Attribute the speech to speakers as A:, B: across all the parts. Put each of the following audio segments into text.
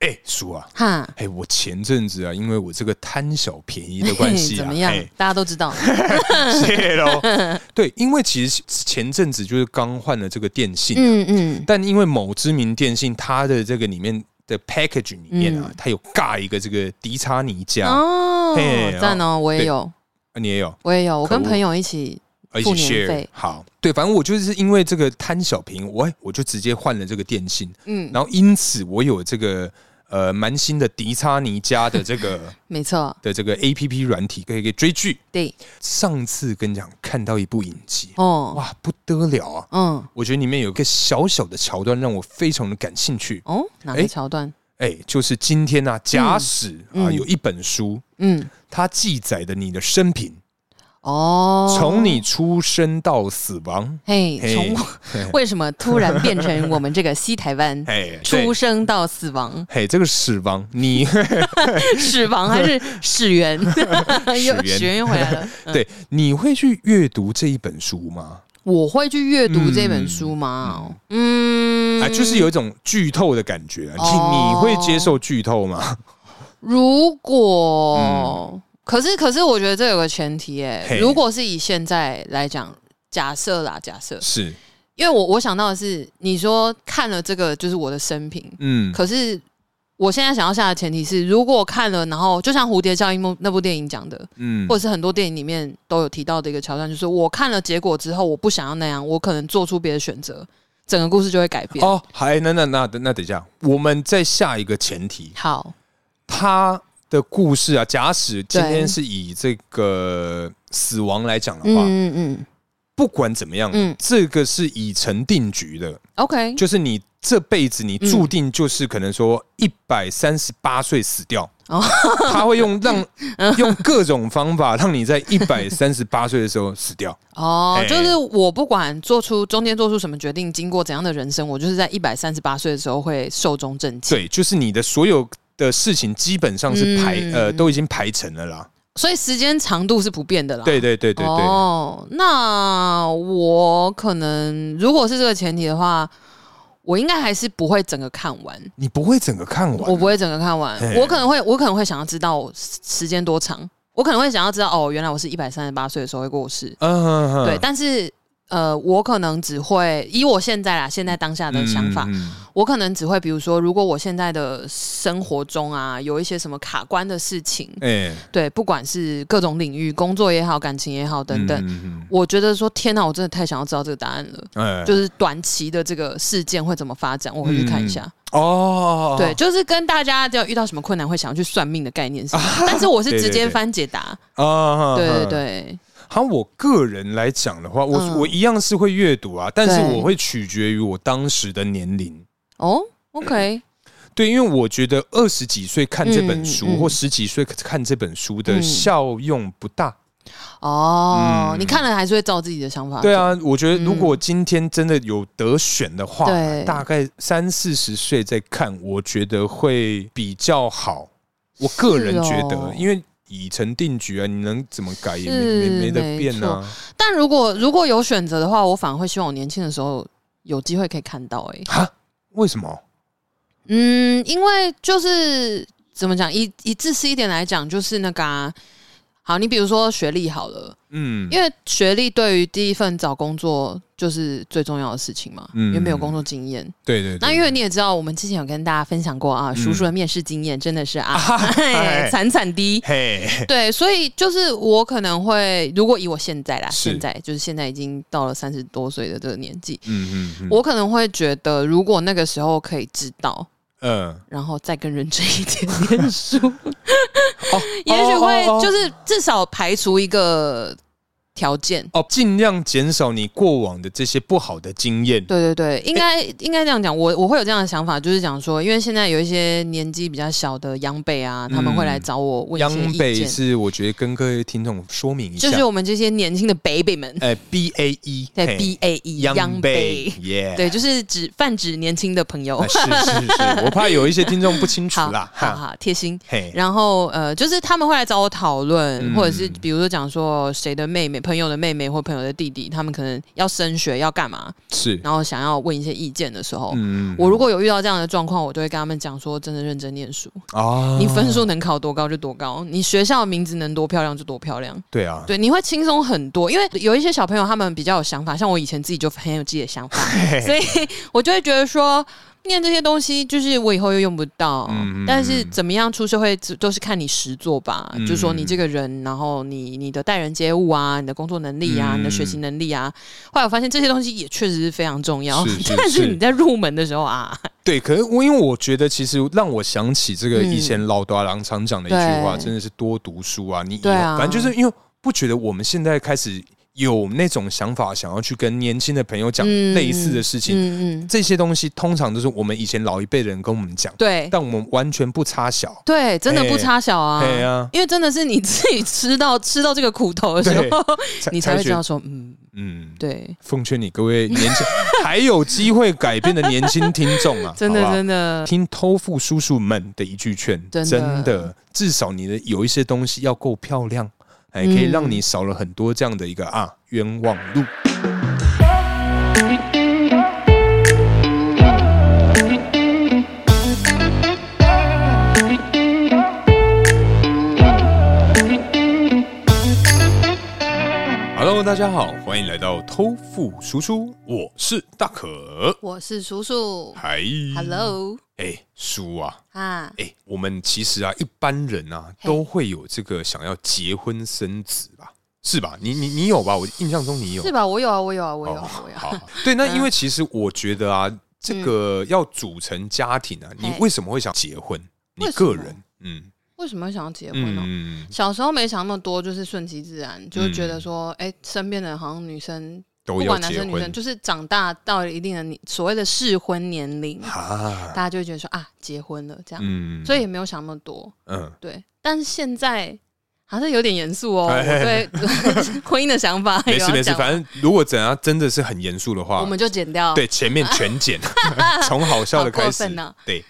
A: 哎、叔啊，
B: 哈，
A: 哎、我前阵子啊，因为我这个贪小便宜的
B: 嘿
A: 关系
B: 怎
A: 啊，
B: 么样
A: 哎？
B: 大家都知 道，
A: 谢 喽。对，因为其实前阵子就是刚换了这个电信，
B: 嗯嗯，
A: 但因为某知名电信它的这个里面的 package 里面啊，
B: 嗯
A: 它有尬一个这个迪查尼加，
B: 哦
A: 嘿，
B: 赞哦，我也有，
A: 啊你也有。
B: 我也有，我
A: 可恶
B: 跟朋友一起，
A: 而且
B: 付年
A: share
B: 费
A: 好，对，反正我就是因为这个贪小便宜，我我就直接换了这个电信，
B: 嗯，
A: 然后因此我有这个呃蛮新的迪查尼加的这个
B: 没错，
A: 的这个 A P P 软体可以可以追剧。
B: 对，
A: 上次跟你讲看到一部影集，
B: 哦，
A: 哇不得了啊！
B: 嗯，
A: 我觉得里面有一个小小的桥段让我非常的感兴趣，
B: 哦，哪
A: 哎
B: 个桥段？
A: 哎，就是今天啊，假使、啊
B: 嗯
A: 有一本书，
B: 嗯，
A: 它记载的你的生平，
B: 哦，
A: 从你出生到死亡，
B: 嘿，
A: 嘿
B: 从 为什么突然变成我们这个西台湾
A: 哎，
B: 出
A: 对
B: 生到死亡，
A: 嘿，这个死亡，你
B: 死亡还是始 源？ 又
A: 源
B: 始源又回 来了。嗯
A: 对你会去阅读这一本书吗？
B: 我会去阅读这本书吗？嗯，
A: 啊，就是有一种剧透的感觉啊。你你
B: 哦
A: 会接受剧透吗？
B: 如果，嗯可是可是，我觉得这有个前提诶、
A: 嘿
B: 如果是以现在来讲，假设啦，假设，
A: 是，
B: 因为我我想到的是，你说看了这个就是我的生平，
A: 嗯，
B: 可是我现在想要下的前提是，如果看了，然后就像《蝴蝶效应》那部电影讲的，
A: 嗯
B: 或，者是很多电影里面都有提到的一个桥段，就是我看了结果之后，我不想要那样，我可能做出别的选择，整个故事就会改变。
A: 哦，还那那那那等一下，我们再下一个前提，
B: 好，
A: 他的故事啊，假使今
B: 对
A: 天是以这个死亡来讲的话，
B: 嗯嗯嗯
A: 不管怎么样，
B: 嗯
A: 这个是已成定局的，
B: ，OK，
A: 就是你这辈子你
B: 嗯
A: 注定就是可能说一百三十八岁死掉。
B: 哦 嗯
A: 他会 用让用各种方法让你在一百三十八岁的时候死掉。
B: 哦
A: 哎，
B: 就是我不管做出中间做出什么决定，经过怎样的人生，我就是在一百三十八岁的时候会寿终正寝。
A: 对，就是你的所有的事情基本上是排、
B: 嗯
A: 呃都已经排成了啦。
B: 所以时间长度是不变的啦。
A: 对对对对对，
B: 哦，那我可能如果是这个前提的话，我应该还是不会整个看完，
A: 你不会整个看完啊。
B: 我不会整个看完
A: 嘿，
B: 我可能会我可能会想要知道时时间多长，我可能会想要知道哦，原来我是一百三十八岁的时候会过世，
A: 嗯嗯嗯
B: 对，但是。呃，我可能只会以我现在啦，现在当下的想法，
A: 嗯嗯
B: 我可能只会比如说，如果我现在的生活中啊有一些什么卡关的事情，
A: 哎、
B: 对，不管是各种领域，工作也好，感情也好，等等，
A: 嗯
B: 我觉得说天哪，我真的太想要知道这个答案了。
A: 嗯哎
B: 就是短期的这个事件会怎么发展，我会去看一下。
A: 哦，
B: 对，就是跟大家要遇到什么困难会想要去算命的概念是一样， 但是我是
A: 对
B: 直
A: 对
B: 接
A: 对
B: 翻解答。
A: 啊
B: 对对。
A: 嗯嗯
B: 对，
A: 好，我个人来讲的话，我、
B: 嗯
A: 我一样是会阅读啊，但是
B: 对
A: 我会取决于我当时的年龄。
B: 哦，OK，
A: 对，因为我觉得二十几岁看这本书，
B: 嗯嗯
A: 或十几岁看这本书的
B: 嗯
A: 效用不大。
B: 哦，
A: 嗯
B: 你看了还是会照自己的想法。
A: 对，啊，我觉得
B: 嗯
A: 如果今天真的有得选的话，
B: 对
A: 大概三四十岁再看，我觉得会比较好。我个人觉得，
B: 是哦
A: 因为已成定局啊，你能怎么改也没
B: 是
A: 没没得
B: 没
A: 变啊。
B: 但如果如果有选择的话，我反而会希望我年轻的时候有机会可以看到、欸。
A: 哈，为什么？
B: 嗯，因为就是怎么讲，以以自私一点来讲，就是那个、啊，好，你比如说学历好了。
A: 嗯，
B: 因为学历对于第一份找工作就是最重要的事情嘛，
A: 嗯
B: 因为没有工作经验。
A: 对对
B: 那
A: 对，嗯
B: 因为你也知道，我们之前有跟大家分享过啊，叔叔的面试经验真的是 啊，哎惨惨的。
A: 嘿，
B: 对，所以就是我可能会，如果以我现在啦，
A: 是
B: 现在就是现在已经到了三十多岁的这个年纪，
A: 嗯嗯嗯，
B: 我可能会觉得，如果那个时候可以知道，
A: 嗯，
B: 然后再更认真一点念书，
A: 哦，
B: 也许会
A: 哦哦哦
B: 就是至少排除一个条件。
A: 哦，尽量减少你过往的这些不好的经验。
B: 对对对，应该、应该这样讲，我我会有这样的想法，就是讲说，因为现在有一些年纪比较小的央辈啊，他们会来找我问一些
A: 央
B: 意
A: 嗯北
B: 见，
A: 是我觉得跟各位听众说明一下，
B: 就是我们这些年轻的 baby 们，
A: 呃 B A E
B: 对
A: 嘿
B: B A E
A: 央
B: 央
A: 北
B: 辈，
A: 耶，
B: 对，就是指泛指年轻的朋友
A: 啊，，是是 是，我怕有一些听众不清楚
B: 好
A: 啦，
B: 好
A: 哈，
B: 好贴心。
A: 嘿，
B: 然后呃，就是他们会来找我讨论，
A: 嗯
B: 或者是比如说讲说谁的妹妹朋友的妹妹或朋友的弟弟，他们可能要升学要干嘛，
A: 是，
B: 然后想要问一些意见的时候，
A: 嗯
B: 我如果有遇到这样的状况，我都会跟他们讲说，真的认真念书，
A: 啊，
B: 你分数能考多高就多高，你学校的名字能多漂亮就多漂亮。
A: 对啊，
B: 对，你会轻松很多，因为有一些小朋友他们比较有想法，像我以前自己就很有自己的想法，所以我就会觉得说，念这些东西就是我以后又用不到，
A: 嗯嗯
B: 但是
A: 嗯
B: 怎么样出社会只都是看你实做吧，
A: 嗯
B: 就说你这个人，然后你你的待人接物啊，你的工作能力啊，
A: 嗯
B: 你的学习能力啊，后来我发现这些东西也确实是非常重要，
A: 是是
B: 但
A: 是
B: 是你在入门的时候啊，
A: 对，可是我因为我觉得，其实让我想起这个
B: 嗯
A: 以前老大郎常讲的一句话，
B: 对
A: 真的是多读书啊！你以后
B: 对啊
A: 反正就是因为不觉得我们现在开始有那种想法，想要去跟年轻的朋友讲
B: 嗯
A: 类似的事情，
B: 嗯嗯，
A: 这些东西通常都是我们以前老一辈的人跟我们讲，
B: 对
A: 但我们完全不差小。
B: 对，真的不
A: 哎
B: 差小啊，
A: 对啊，
B: 因为真的是你自己吃到吃到这个苦头的时
A: 对
B: 候。你才
A: 才
B: 会知
A: 觉
B: 道
A: 得，
B: 说，嗯，
A: 嗯，
B: 对，
A: 奉劝你各位年轻 还有机会改变的年轻听众啊，
B: 真
A: 好
B: 的
A: 不好
B: 真的，
A: 听偷富叔叔们的一句劝，
B: 真的
A: 至少你的有一些东西要够漂亮，哎，
B: 嗯
A: 可以让你少了很多这样的一个啊冤枉路。Hello，大家好，欢迎来到偷富叔叔，我是大可，
B: 我是叔叔
A: 嗨
B: ，Hello
A: 哎、叔啊，
B: 啊，
A: 哎、我们其实啊，一般人啊
B: 嘿
A: 都会有这个想要结婚生子吧，是吧？你你你有吧？我印象中你有哦
B: 是，吧？我有啊，我有啊，我有啊，我有啊。
A: 好，对，那因为其实我觉得啊，这个要组成家庭啊，你
B: 嘿
A: 为什么会想结婚？你
B: 为什
A: 个
B: 么
A: 人，嗯
B: 为什么会想要结婚呢、
A: 嗯，
B: 小时候没想那么多，就是顺其自然，就是觉得说，哎、身边的好像女生，
A: 都
B: 不
A: 要
B: 管男
A: 结
B: 生女生，
A: 婚
B: 就是长大到了一定的年所谓的适婚年龄，大
A: 啊，
B: 家就会觉得说啊，结婚了这样，
A: 嗯
B: 所以也没有想那么多。
A: 嗯，
B: 对，但是现在还是有点严肃哦，我
A: 哎
B: 对 婚姻的想法
A: 没
B: 有
A: 事
B: 要
A: 没事，
B: 讲
A: 反正如果怎样真的是很严肃的话，
B: 我们就剪掉。
A: 对前面全 剪，从好笑的
B: 好
A: 开
B: 过
A: 始
B: 分啊，
A: 对，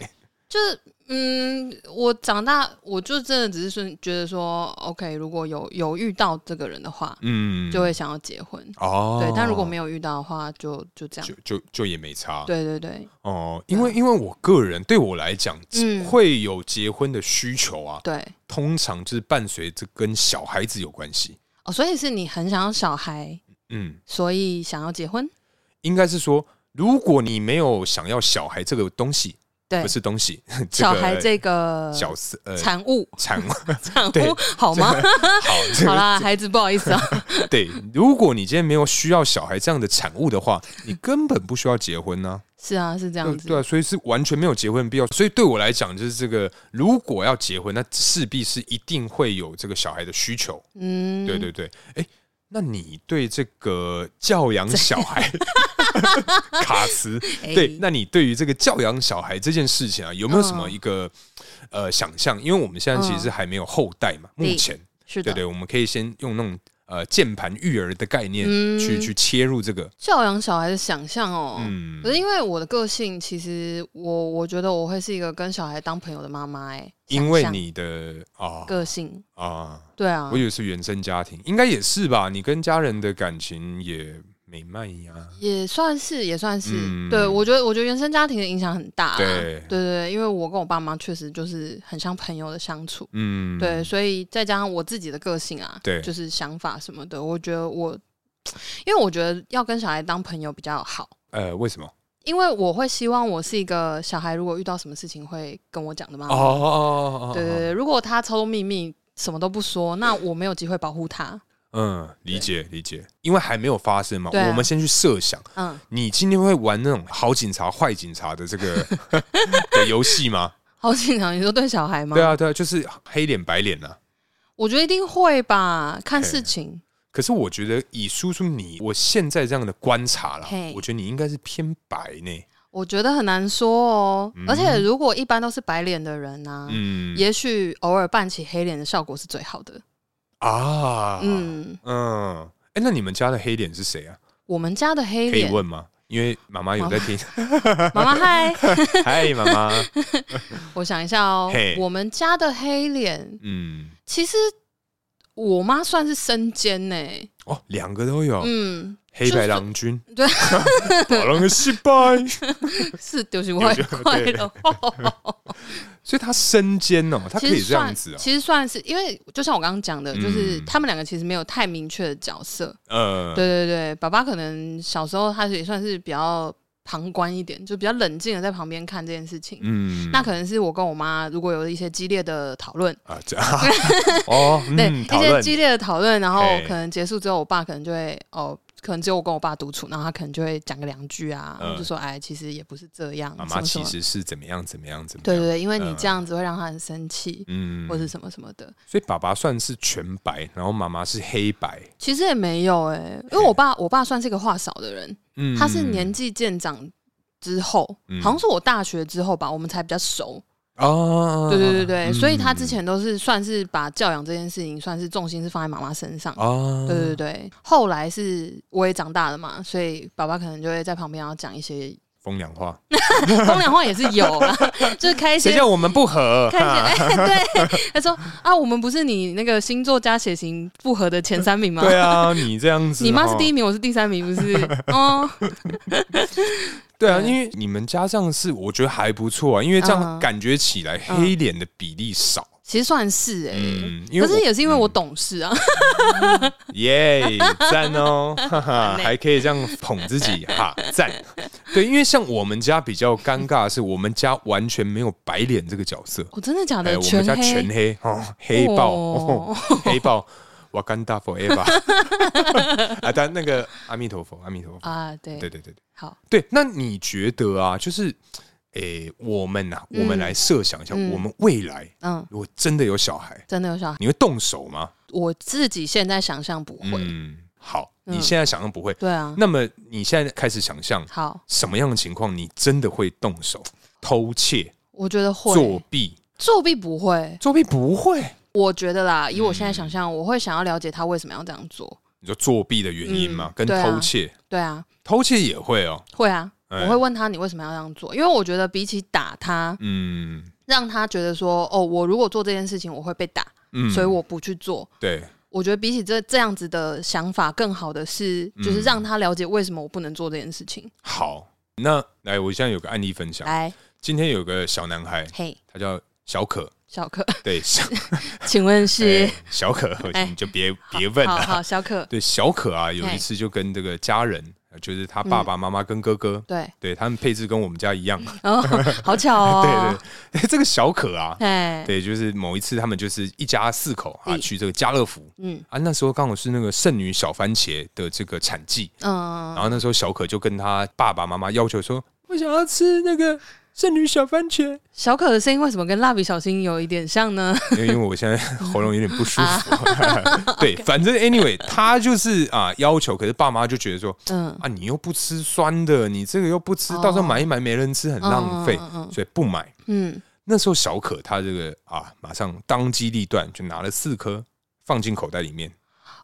B: 就是嗯，我长大我就真的只是说觉得说，OK，如果有有遇到这个人的话，
A: 嗯，
B: 就会想要结婚。
A: 哦，
B: 对，但如果没有遇到的话，就就这样
A: 就。就就也没差，
B: 对对对
A: 哦，因为因为我个人对我来讲，
B: 嗯
A: 会有结婚的需求啊，
B: 对。
A: 通常就是伴随着跟小孩子有关系。
B: 哦，所以是你很想要小孩，
A: 嗯，
B: 所以想要结婚。
A: 应该是说，如果你没有想要小孩这个东西，
B: 对
A: 不，是东西， 这个
B: 小孩这个
A: 小四呃
B: 产物，
A: 产 物，
B: 产
A: 对
B: 物好吗？
A: 好，这
B: 好
A: 个
B: 啦，孩子，不好意 思啊。
A: 对，如果你今天没有需要小孩这样的产物的话，你根本不需要结婚呢、
B: 是啊，是这
A: 对对
B: 样子。
A: 啊，所以是完全没有结婚必要。所以对我来讲，就是这个，如果要结婚，那势必是一定会有这个小孩的需求。
B: 嗯，
A: 对对对，哎、那你对这个教养小 孩卡词，
B: 哎
A: 对，那你对于这个教养小孩这件事情啊，有没有什么
B: 嗯
A: 一个、呃想象？因为我们现在其实是还没有后代嘛，
B: 嗯
A: 目前
B: 是
A: 对
B: 的。
A: 对，我们可以先用那种呃键盘育儿的概念
B: 嗯
A: 去、去切入这个，
B: 教养小孩的想象哦，
A: 嗯
B: 可是因为我的个性，其实我我觉得我会是一个跟小孩当朋友的妈妈哎、
A: 因为
B: 想象
A: 你的啊
B: 个性，
A: 啊，
B: 对啊
A: 我，以为是原生家庭，应该也是吧？你跟家人的感情也没卖呀，
B: 也算是也算是，
A: 嗯
B: 对我觉得我觉得原生家庭的影响很大、啊，
A: 对
B: 对对，因为我跟我爸妈确实就是很像朋友的相处，
A: 嗯，
B: 对，所以再加上我自己的个性啊，
A: 对
B: 就是想法什么的，我觉得我，因为我觉得要跟小孩当朋友比较好。
A: 呃，为什么？
B: 因为我会希望我是一个小孩，如果遇到什么事情会跟我讲的妈
A: 哦
B: 妈。
A: 哦哦哦，哦
B: 嗯对对，对，如果他偷偷秘密什么都不说，那我没有机会保护他。
A: 嗯，理解理解，因为还没有发生嘛，
B: 对啊
A: 我们先去设想，
B: 嗯，
A: 你今天会玩那种好警察坏警察的这 个的游戏吗？
B: 好紧张，你说对小孩吗？
A: 对，啊对啊，就是黑脸白脸啊呐、
B: 我觉得一定会吧，看事情。
A: 可是我觉得以叔叔你我现在这样的观察啦
B: 嘿，
A: 我觉得你应该是偏白呢。
B: 我觉得很难说哦，
A: 嗯
B: 而且如果一般都是白脸的人呢、
A: 嗯，
B: 啊也许偶尔扮起黑脸的效果是最好的。
A: 啊，嗯
B: 嗯，
A: 嗯，哎、那你们家的黑脸是谁啊？
B: 我们家的黑
A: 可以
B: 脸，
A: 问吗？因为妈妈有在听，
B: 妈妈嗨，
A: 嗨，妈妈，
B: 我想一下哦
A: 嘿，
B: 我们家的黑脸
A: 嗯，
B: 其实我妈算是身兼呢、
A: 哦，两个都有，
B: 嗯，
A: 黑白郎君，
B: 对，
A: 宝郎的失败，
B: 是丢是快
A: 有些
B: 快乐。
A: 所以他身兼哦，他可
B: 其
A: 以
B: 实
A: 这样
B: 算，
A: 子哦，
B: 其实算是因为就像我刚刚讲的，就是
A: 嗯
B: 他们两个其实没有太明确的角色。
A: 呃，
B: 对对对，爸爸可能小时候他也算是比较旁观一点，就比较冷静的在旁边看这件事情。
A: 嗯，
B: 那可能是我跟我妈如果有一些激烈的讨论，
A: 啊，这样 哦，
B: 对、
A: 嗯，讨
B: 一些
A: 论
B: 激烈的讨论，然后
A: 嘿
B: 可能结束之后，我爸可能就会哦。可能只有我跟我爸独处，然后他可能就会讲个两句啊，
A: 嗯
B: 就说哎，其实也不是这样，
A: 妈
B: 什
A: 妈
B: 么什
A: 其
B: 么。
A: 实是怎么样怎么样怎么样，
B: 对对对，因为你
A: 嗯
B: 这样子会让他很生气，
A: 嗯，
B: 或者什么什么的。
A: 所以爸爸算是全白，然后妈妈是黑白，
B: 其实也没有哎、因为我爸，我爸算是一个话少的人，
A: 嗯，
B: 他是年纪渐长之后，
A: 嗯
B: 好像是我大学之后吧，我们才比较熟。
A: 哦，
B: 对对对对，
A: 嗯
B: 所以他之前都是算是把教养这件事情，算是重心是放在妈妈身上。
A: 哦，
B: 对对对，后来是我也长大了嘛，所以爸爸可能就会在旁边要讲 一些
A: 风凉话，
B: 风凉话，也是 有啦，就是开一
A: 谁
B: 些
A: 叫我啊们不合？
B: 开一些、
A: 哈
B: 对，他说啊，我们不是你那个星座加血型不合的前三名吗？
A: 对啊，你这样子，哦
B: 你妈是第一
A: 一，
B: 名，我是第三名，不是？哦，
A: 对啊，
B: 对
A: 因为你们家这样是我觉得还不错啊，因为这样
B: 嗯
A: 感觉起来
B: 嗯
A: 黑脸的比例少，
B: 其实算是哎、
A: 嗯，因为
B: 可是
A: 我
B: 也是因为我懂 事啊，
A: 耶，赞哦，哈 哈，
B: 嘞
A: 还可以这样捧自 己哈，赞。对，因为像我们家比较尴尬的是，我们家完全没有白脸这个角色，
B: 我哦真的假
A: 哎，
B: 的？
A: 我
B: 全
A: 们家
B: 黑，
A: 全黑哦，黑豹，
B: 哦
A: 哦、黑豹。瓦干达 forever 啊！但那个阿弥陀佛，阿弥陀佛，
B: 啊，对，
A: 对对对
B: 好，
A: 对。那你觉得啊，就是诶、我们呐、啊，我们
B: 嗯
A: 来设想一下，
B: 嗯
A: 我们未来
B: 嗯，
A: 如果真的有小孩，
B: 真的有小孩，
A: 你会动手吗？
B: 我自己现在想象不会，
A: 嗯，好，你
B: 嗯
A: 现在想象不会，
B: 对啊，
A: 那么你现在开始想象
B: 好，
A: 什么样的情况，你真的会动手、偷窃、
B: 我觉得会
A: 作弊？
B: 作弊不会，
A: 作弊不会，
B: 我觉得啦，以我
A: 嗯
B: 现在想象，我会想要了解他为什么要这样做，
A: 你说作弊的原因嘛，
B: 嗯
A: 跟
B: 对啊
A: 偷窃，
B: 对啊，
A: 偷窃也会哦。
B: 会啊。
A: 哎
B: 我会问他你为什么要这样做，因为我觉得比起打他，
A: 嗯
B: 让他觉得说哦，我如果做这件事情我会被打，
A: 嗯
B: 所以我不去做，
A: 对
B: 我觉得比起这这样子的想法，更好的是，
A: 嗯
B: 就是让他了解为什么我不能做这件事情。
A: 好。那来，我现在有个案例分享。
B: 来，
A: 今天有个小男孩，
B: 嘿，
A: 他叫小可，
B: 小可，
A: 对小
B: 请问是
A: 哎？小可，
B: 哎
A: 你就别别问啊
B: 好
A: 了。
B: 好，小可，
A: 对小可啊，有一
B: 哎
A: 次就跟这个家人，就是他爸爸妈妈跟哥哥，
B: 对，
A: 对他们配置跟我们家一样。
B: 哦，好巧
A: 对
B: 哦，
A: 对，这个小可啊，
B: 对，哎，
A: 对，就是某一次他们就是一家四口啊
B: 嗯
A: 去这个家乐福
B: 嗯
A: 啊，那时候刚好是那个圣女小番茄的这个产季，然
B: 嗯，
A: 后那时候小可就跟他爸爸妈妈要求说，我想要吃那个圣女小番 茄，
B: 小可的声音为什么跟蜡笔小新有一点像呢？
A: 因为因为我现在喉咙有点不舒服，
B: 啊
A: 对，反正 anyway 他就是啊要求，可是爸妈就觉得说
B: 嗯，
A: 啊你又不吃酸的，你这个又不吃，
B: 哦
A: 到时候买一买没人吃很浪费
B: 嗯嗯嗯，
A: 所以不买。
B: 嗯，
A: 那时候小可他这个啊，马上当机立断就拿了四颗放进口袋里面，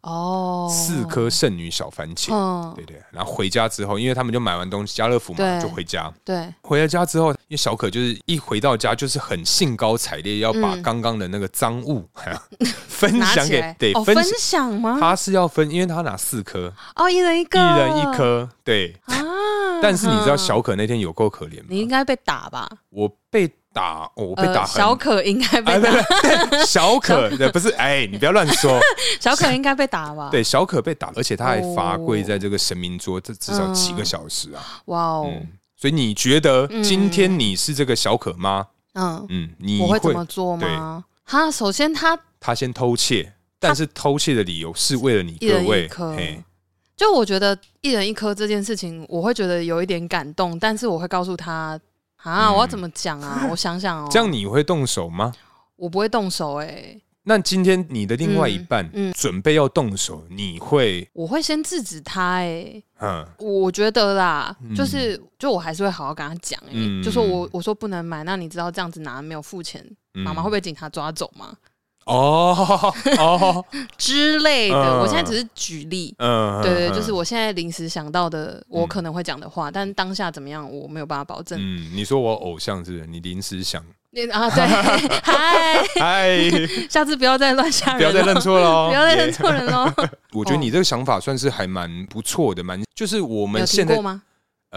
B: 哦，
A: 四，颗剩女小番茄，
B: 嗯
A: 对，对。然后回家之后，因为他们就买完东西，家乐福嘛，
B: 对
A: 就回家。
B: 对，
A: 回了家之后，因为小可就是一回到家就是很兴高采烈，要把
B: 嗯
A: 刚刚的那个脏 物、 分
B: 拿
A: 享
B: 起
A: 给
B: 来，
A: 对、
B: 哦，
A: 分
B: 分
A: 享。
B: 享吗？
A: 他是要分，因为他拿四颗，
B: 哦，一人一
A: 一
B: 个，
A: 人一颗，对。
B: 啊。
A: 但是你知道
B: 嗯，
A: 小可那天有够可怜
B: 你应
A: 吗？
B: 该被打吧？
A: 我被打，哦我被
B: 呃
A: 打很
B: 小可应该
A: 啊，
B: 被
A: 对
B: 打，
A: 对对，小可对，不是，哎，你不要乱 说。
B: 小可应该被打吧？
A: 对，小可被打，而且他还罚跪在这个神明桌，这至少几个小时啊。
B: 哇哦，
A: 嗯，所以你觉得
B: 嗯
A: 今天你是这个小可吗？
B: 嗯，
A: 嗯，你
B: 我
A: 会
B: 会怎么做吗？哈，首先他
A: 他先偷窃，但是偷窃的理由是为了你
B: 一
A: 各
B: 人一
A: 位，
B: 颗
A: 嘿，
B: 就我觉得一人一颗这件事情，我会觉得有一点感动，但是我会告诉他啊，
A: 嗯
B: 我要怎么讲 啊？我想想哦，
A: 这样你会动手吗？
B: 我不会动手哎、
A: 那今天你的另外一半
B: 嗯嗯
A: 准备要动手，你会
B: 我会先制止他哎、
A: 嗯
B: 我觉得啦，
A: 嗯
B: 就是就我还是会好好跟他讲哎、
A: 嗯
B: 就说我我说不能买，那你知道这样子拿没有付钱，妈妈会
A: 会
B: 被警察抓走吗？
A: 嗯哦 哦
B: 之类的。
A: 嗯
B: 我现在只是举例，
A: 嗯，
B: 对对，
A: 嗯
B: 就是我现在临时想到的，我
A: 嗯
B: 可能会讲的话，但当下怎么样，我没有办法保证。
A: 嗯，你说我偶像是不是？你临时想
B: 那啊，对，嗨，
A: 嗨，
B: 下次不要再乱吓人，
A: 不要再认，错了哦，
B: 不要再
A: 耶
B: 认错哦人喽。
A: 我觉得你这个想法算是还蛮不错的，蛮就是 我
B: 有
A: 们
B: 听
A: 现在
B: 过吗？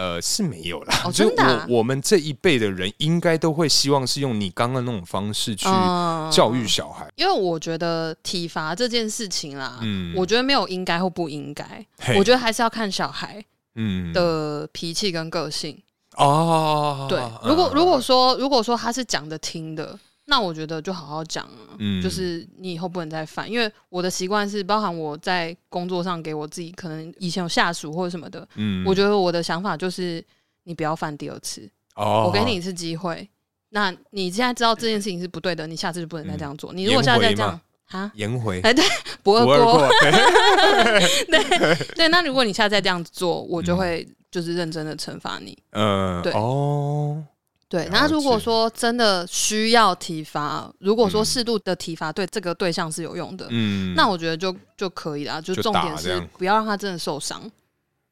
A: 呃是没有啦，
B: 哦
A: 就是
B: 真的啊
A: 我我们这一辈的人应该都会希望是用你刚刚那种方式去
B: 嗯
A: 教育小孩，
B: 因为我觉得体罚这件事情啦，
A: 嗯
B: 啊我觉得没有应该或不应该，
A: 嘿
B: 我觉得还是要看小孩
A: 嗯
B: 的脾气跟个性。
A: 哦，
B: 对，如果如果说如果说他是讲的听的，那我觉得就好好讲啊。
A: 嗯
B: 就是你以后不能再犯，因为我的习惯是，包含我在工作上给我自己，可能以前有下属或者什么的，
A: 嗯
B: 我
A: 得
B: 觉得我的想法就是，你不要犯第二次，
A: 哦
B: 我给你一次机会。那你现在知道这件事情是不对的，你下次就不能再这样做。你如果
A: 颜
B: 下
A: 嗯回
B: 次再这样
A: 嘛
B: 啊，
A: 颜回
B: 哎不二
A: 不二
B: 锅，
A: 过，
B: 对对，那如果你下次再这样做，我就会就是认真的惩罚你。
A: 嗯
B: 对
A: 哦，
B: 对，
A: 了
B: 那如果
A: 解
B: 说真的需要体罚，如果说
A: 嗯
B: 适度的体罚对这个对象是有用的，
A: 嗯，
B: 那我觉得就就可以啦。就
A: 就
B: 重
A: 打
B: 点
A: 这
B: 是
A: 样
B: 不要让他真的受伤。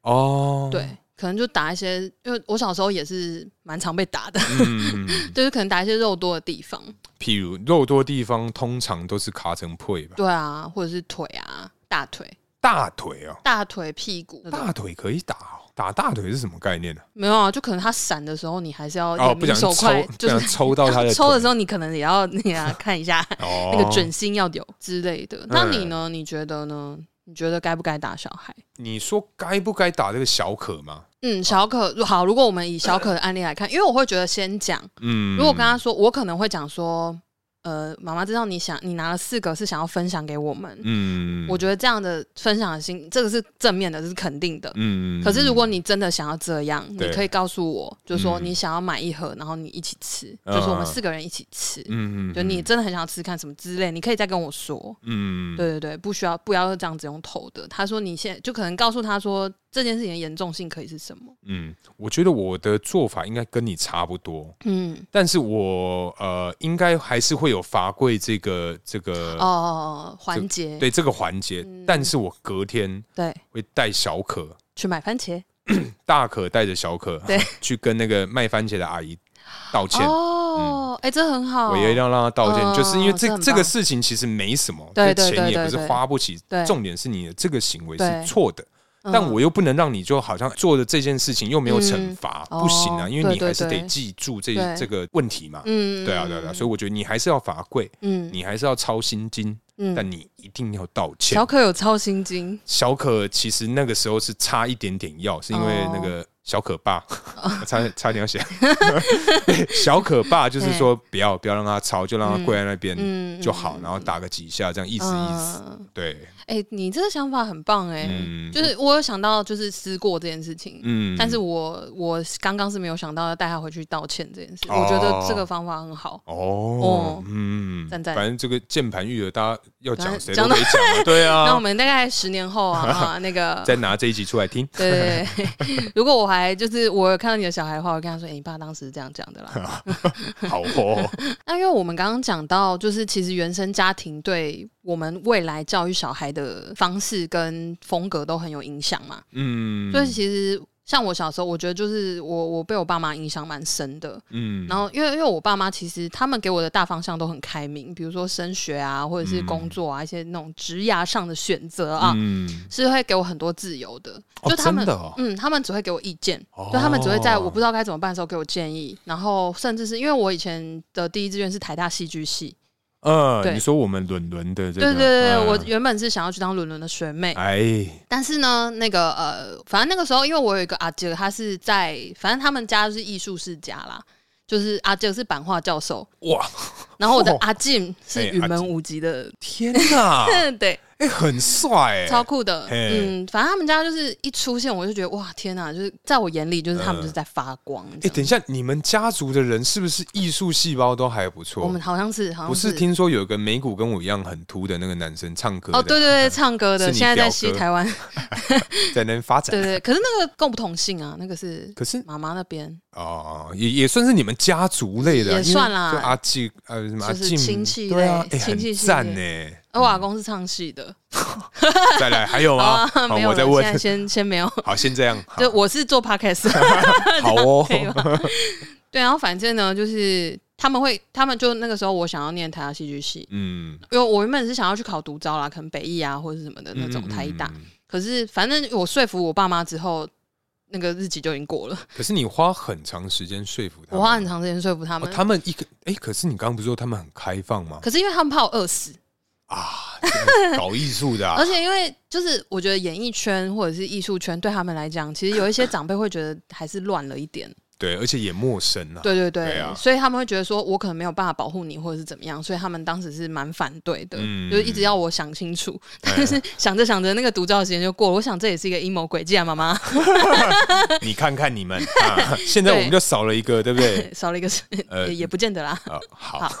A: 哦，
B: 对，可能就打一些，因为我小时候也是蛮常被打的，
A: 嗯， 啊
B: 就是可能打一些肉多的地方，
A: 譬如肉多地方通常都是卡成破吧，
B: 对啊，或者是腿啊、大腿、
A: 大腿哦，
B: 大腿、屁股那种。
A: 大腿可以打哦，打大腿是什么概念呢？
B: 没有啊，就可能他闪的时候，你还是要
A: 哦，
B: 眼
A: 不
B: 明
A: 想
B: 手
A: 抽，
B: 快，
A: 不
B: 就
A: 想
B: 是
A: 抽到他的
B: 抽的时
A: 候，
B: 候，你可能也要你也要看一下
A: 哦，嗯
B: 那个准心要有之类的。那你呢？你觉得呢？你觉得该不该打小孩？
A: 你说该不该打这个小可吗？
B: 嗯，小可好。如果我们以小可的案例来看，因为我会觉得先讲，
A: 嗯，
B: 如果跟他说，我可能会讲说，呃，妈妈知道你想你拿了四个是想要分享给我们，
A: 嗯，
B: 我觉得这样的分享的心，这个是正面的，这是肯定的。
A: 嗯，
B: 可是，如果你真的想要这样，你
A: 对
B: 可以告诉我，就是说
A: 嗯
B: 你想要买一盒，然后你一起吃，
A: 嗯
B: 就是我们四个人一起吃，
A: 嗯，嗯，
B: 就你真的很想要吃，看什么之类，你可以再跟我说。
A: 嗯，嗯，
B: 对对对，不需要不要这样子用投的。他说你现在就可能告诉他说这件事情的严重性可以是什么？
A: 嗯，我觉得我的做法应该跟你差不多，
B: 嗯，
A: 但是我呃，应该还是会有罚跪这个这个、
B: 哦，环节
A: 对这个环节，
B: 嗯
A: 但是我隔天
B: 对，
A: 会带小可。
B: 去买番茄
A: 大可带着小可
B: 对
A: 去跟那个卖番茄的阿姨道歉，
B: 哦，哎，这很好，
A: 嗯我也要让他道歉，
B: 嗯
A: 就是因为
B: 这
A: 这
B: 很棒
A: 这个事情其实没什么，这
B: 对对
A: 钱
B: 对
A: 也
B: 对
A: 不是
B: 对
A: 花不起
B: 对，
A: 重点是你的这个行为
B: 对
A: 是错的，
B: 嗯
A: 但我又不能让你就好像做的这件事情又没有惩罚，
B: 嗯
A: 不行
B: 哦
A: 啊，因为你
B: 对对
A: 还是得
B: 对
A: 记住这
B: 对
A: 这个问题嘛。
B: 嗯，
A: 对啊，对啊，对啊，所以我觉得你还是要罚跪，
B: 嗯
A: 你还是要抄心经，
B: 嗯
A: 但你一定要道歉
B: 小。可有超心经，
A: 小可其实那个时候是差一点点要，是因为那个
B: 哦
A: 小可爸， 差差点要 写小可爸，就是说不要不要让他吵，就让他跪在那边
B: 嗯，
A: 就好，然后打个几下，这样意思意思。
B: 嗯
A: 对，
B: 哎、你这个想法很棒哎、
A: 嗯
B: 就是我有想到就是思过这件事情，
A: 嗯，
B: 但是我我刚刚是没有想到要带他回去道歉这件事，
A: 哦
B: 我觉得这个方法很好。
A: 哦，嗯，
B: 赞赞
A: 反正这个键盘育儿，大家要讲谁
B: 讲
A: 都
B: 到
A: 可以讲啊，对
B: 那我
A: 啊，
B: 们大概十年 后啊，啊那个
A: 再拿这一集出来 听。
B: 对， 如果我还就是我有看到你的小孩的话，我跟他说，哎、你爸当时是这样讲的啦。
A: 好哦，
B: 那因为我们刚刚讲到，就是其实原生家庭对我们未来教育小孩的方式跟风格都很有影响嘛。
A: 嗯，
B: 所以其实像我小时候，我觉得就是我我被我爸妈影响蛮深的。
A: 嗯，
B: 然后因为因为我爸妈其实他们给我的大方向都很开明，比如说升学啊，或者是工作啊，一些那种职涯上的选择啊。
A: 嗯，
B: 是会给我很多自由的，
A: 哦
B: 就他
A: 真、
B: 们
A: 的哦
B: 嗯，他们只会给我意见，
A: 哦
B: 就他们只会在我不知道该怎么办的时候给我建议，然后甚至是因为我以前的第一志愿是台大戏剧系，
A: 呃，
B: 对
A: 你说我们伦伦的这个，
B: 对对对对，
A: 嗯
B: 我原本是想要去当伦伦的学妹，
A: 哎，
B: 但是呢，那个呃，反正那个时候，因为我有一个阿杰，他是在，反正他们家就是艺术世家啦，就是阿杰是版画教授，
A: 哇，
B: 然后我的
A: 哦
B: 阿进是
A: 哎
B: 云
A: 阿
B: 门
A: 进
B: 舞集的，
A: 天 哪，
B: 对，
A: 哎、很帅哎、
B: 超酷的，
A: 嘿
B: 嗯，反正他们家就是一出现，我就觉得哇，天哪，就是在我眼里，就是他们就是在发光。
A: 哎、
B: 这样
A: 等一下，你们家族的人是不是艺术细胞都还不错？
B: 我们好像是，哦好像
A: 不是听说有个美股跟我一样很秃的那个男生唱歌的，啊
B: 哦，对对对，唱歌
A: 是
B: 的，
A: 你
B: 现在在
A: 表
B: 西
A: 哥
B: 台湾，
A: 在那边发展。
B: 对对，可是那个跟我不同姓啊，那个是
A: 可是
B: 妈妈那边，
A: 哦，也也算是你们家族类的啊，
B: 也
A: 因为
B: 算啦
A: 就阿季呃什么阿
B: 就是
A: 季
B: 亲戚
A: 对啊，
B: 类
A: 哎、
B: 亲戚
A: 很
B: 系
A: 赞呢、
B: 列而我阿哦公是唱戏的，啊
A: 再来还有 吗？好
B: 没有
A: 我再
B: 了，现在
A: 问。
B: 先先没有，
A: 好，先这 样。
B: 就我是做 podcast，
A: 好哦
B: 可以吗？对，然后反正呢，就是他们会，他们就那个时候我想要念台大戏剧系，
A: 嗯，
B: 因为我原本是想要去考独招啦，可能北艺啊或者是什么的那种台艺大，
A: 嗯嗯嗯嗯
B: 可是反正我说服我爸妈之后，那个日期就已经过了，
A: 可是你花很长时间说服他们，
B: 我花很长时间说服
A: 嗯
B: 他
A: 哦
B: 们，
A: 他们一个哎，可是你刚刚不是说他们很开放吗？
B: 可是因为他们怕我饿死，
A: 啊，这个搞艺术的啊
B: 而且因为就是我觉得演艺圈或者是艺术圈对他们来讲，其实有一些长辈会觉得还是乱了一点，
A: 对，而且也陌生啊。
B: 对对对，
A: 对啊
B: 所以他们会觉得说我可能没有办法保护你或者是怎么样，所以他们当时是蛮反对的，
A: 嗯
B: 就是一直要我想清楚，
A: 哎
B: 但是想着想着那个独照的时间就过了，我想这也是一个阴谋诡计啊，妈妈
A: 你看看你 们，啊、现在我们就少了一个，对不对？
B: 少了一个事，
A: 呃
B: 也也不见得啦。
A: 啊，好，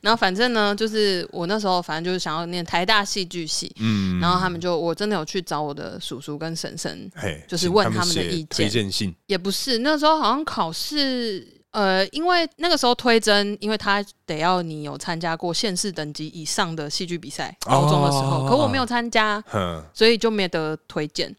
B: 然后反正呢，就是我那时候反正就是想要念台大戏剧系，
A: 嗯，
B: 然后他们就我真的有去找我的叔叔跟婶婶，
A: 嘿
B: 就是
A: 请
B: 问
A: 他
B: 他们的
A: 写
B: 意见
A: 推荐信，
B: 也不是那时候好像考试。呃，因为那个时候推甄，因为他得要你有参加过县市等级以上的戏剧比赛，高中的时候，
A: 哦
B: 可我没有参加，
A: 哼，
B: 所以就没得推荐，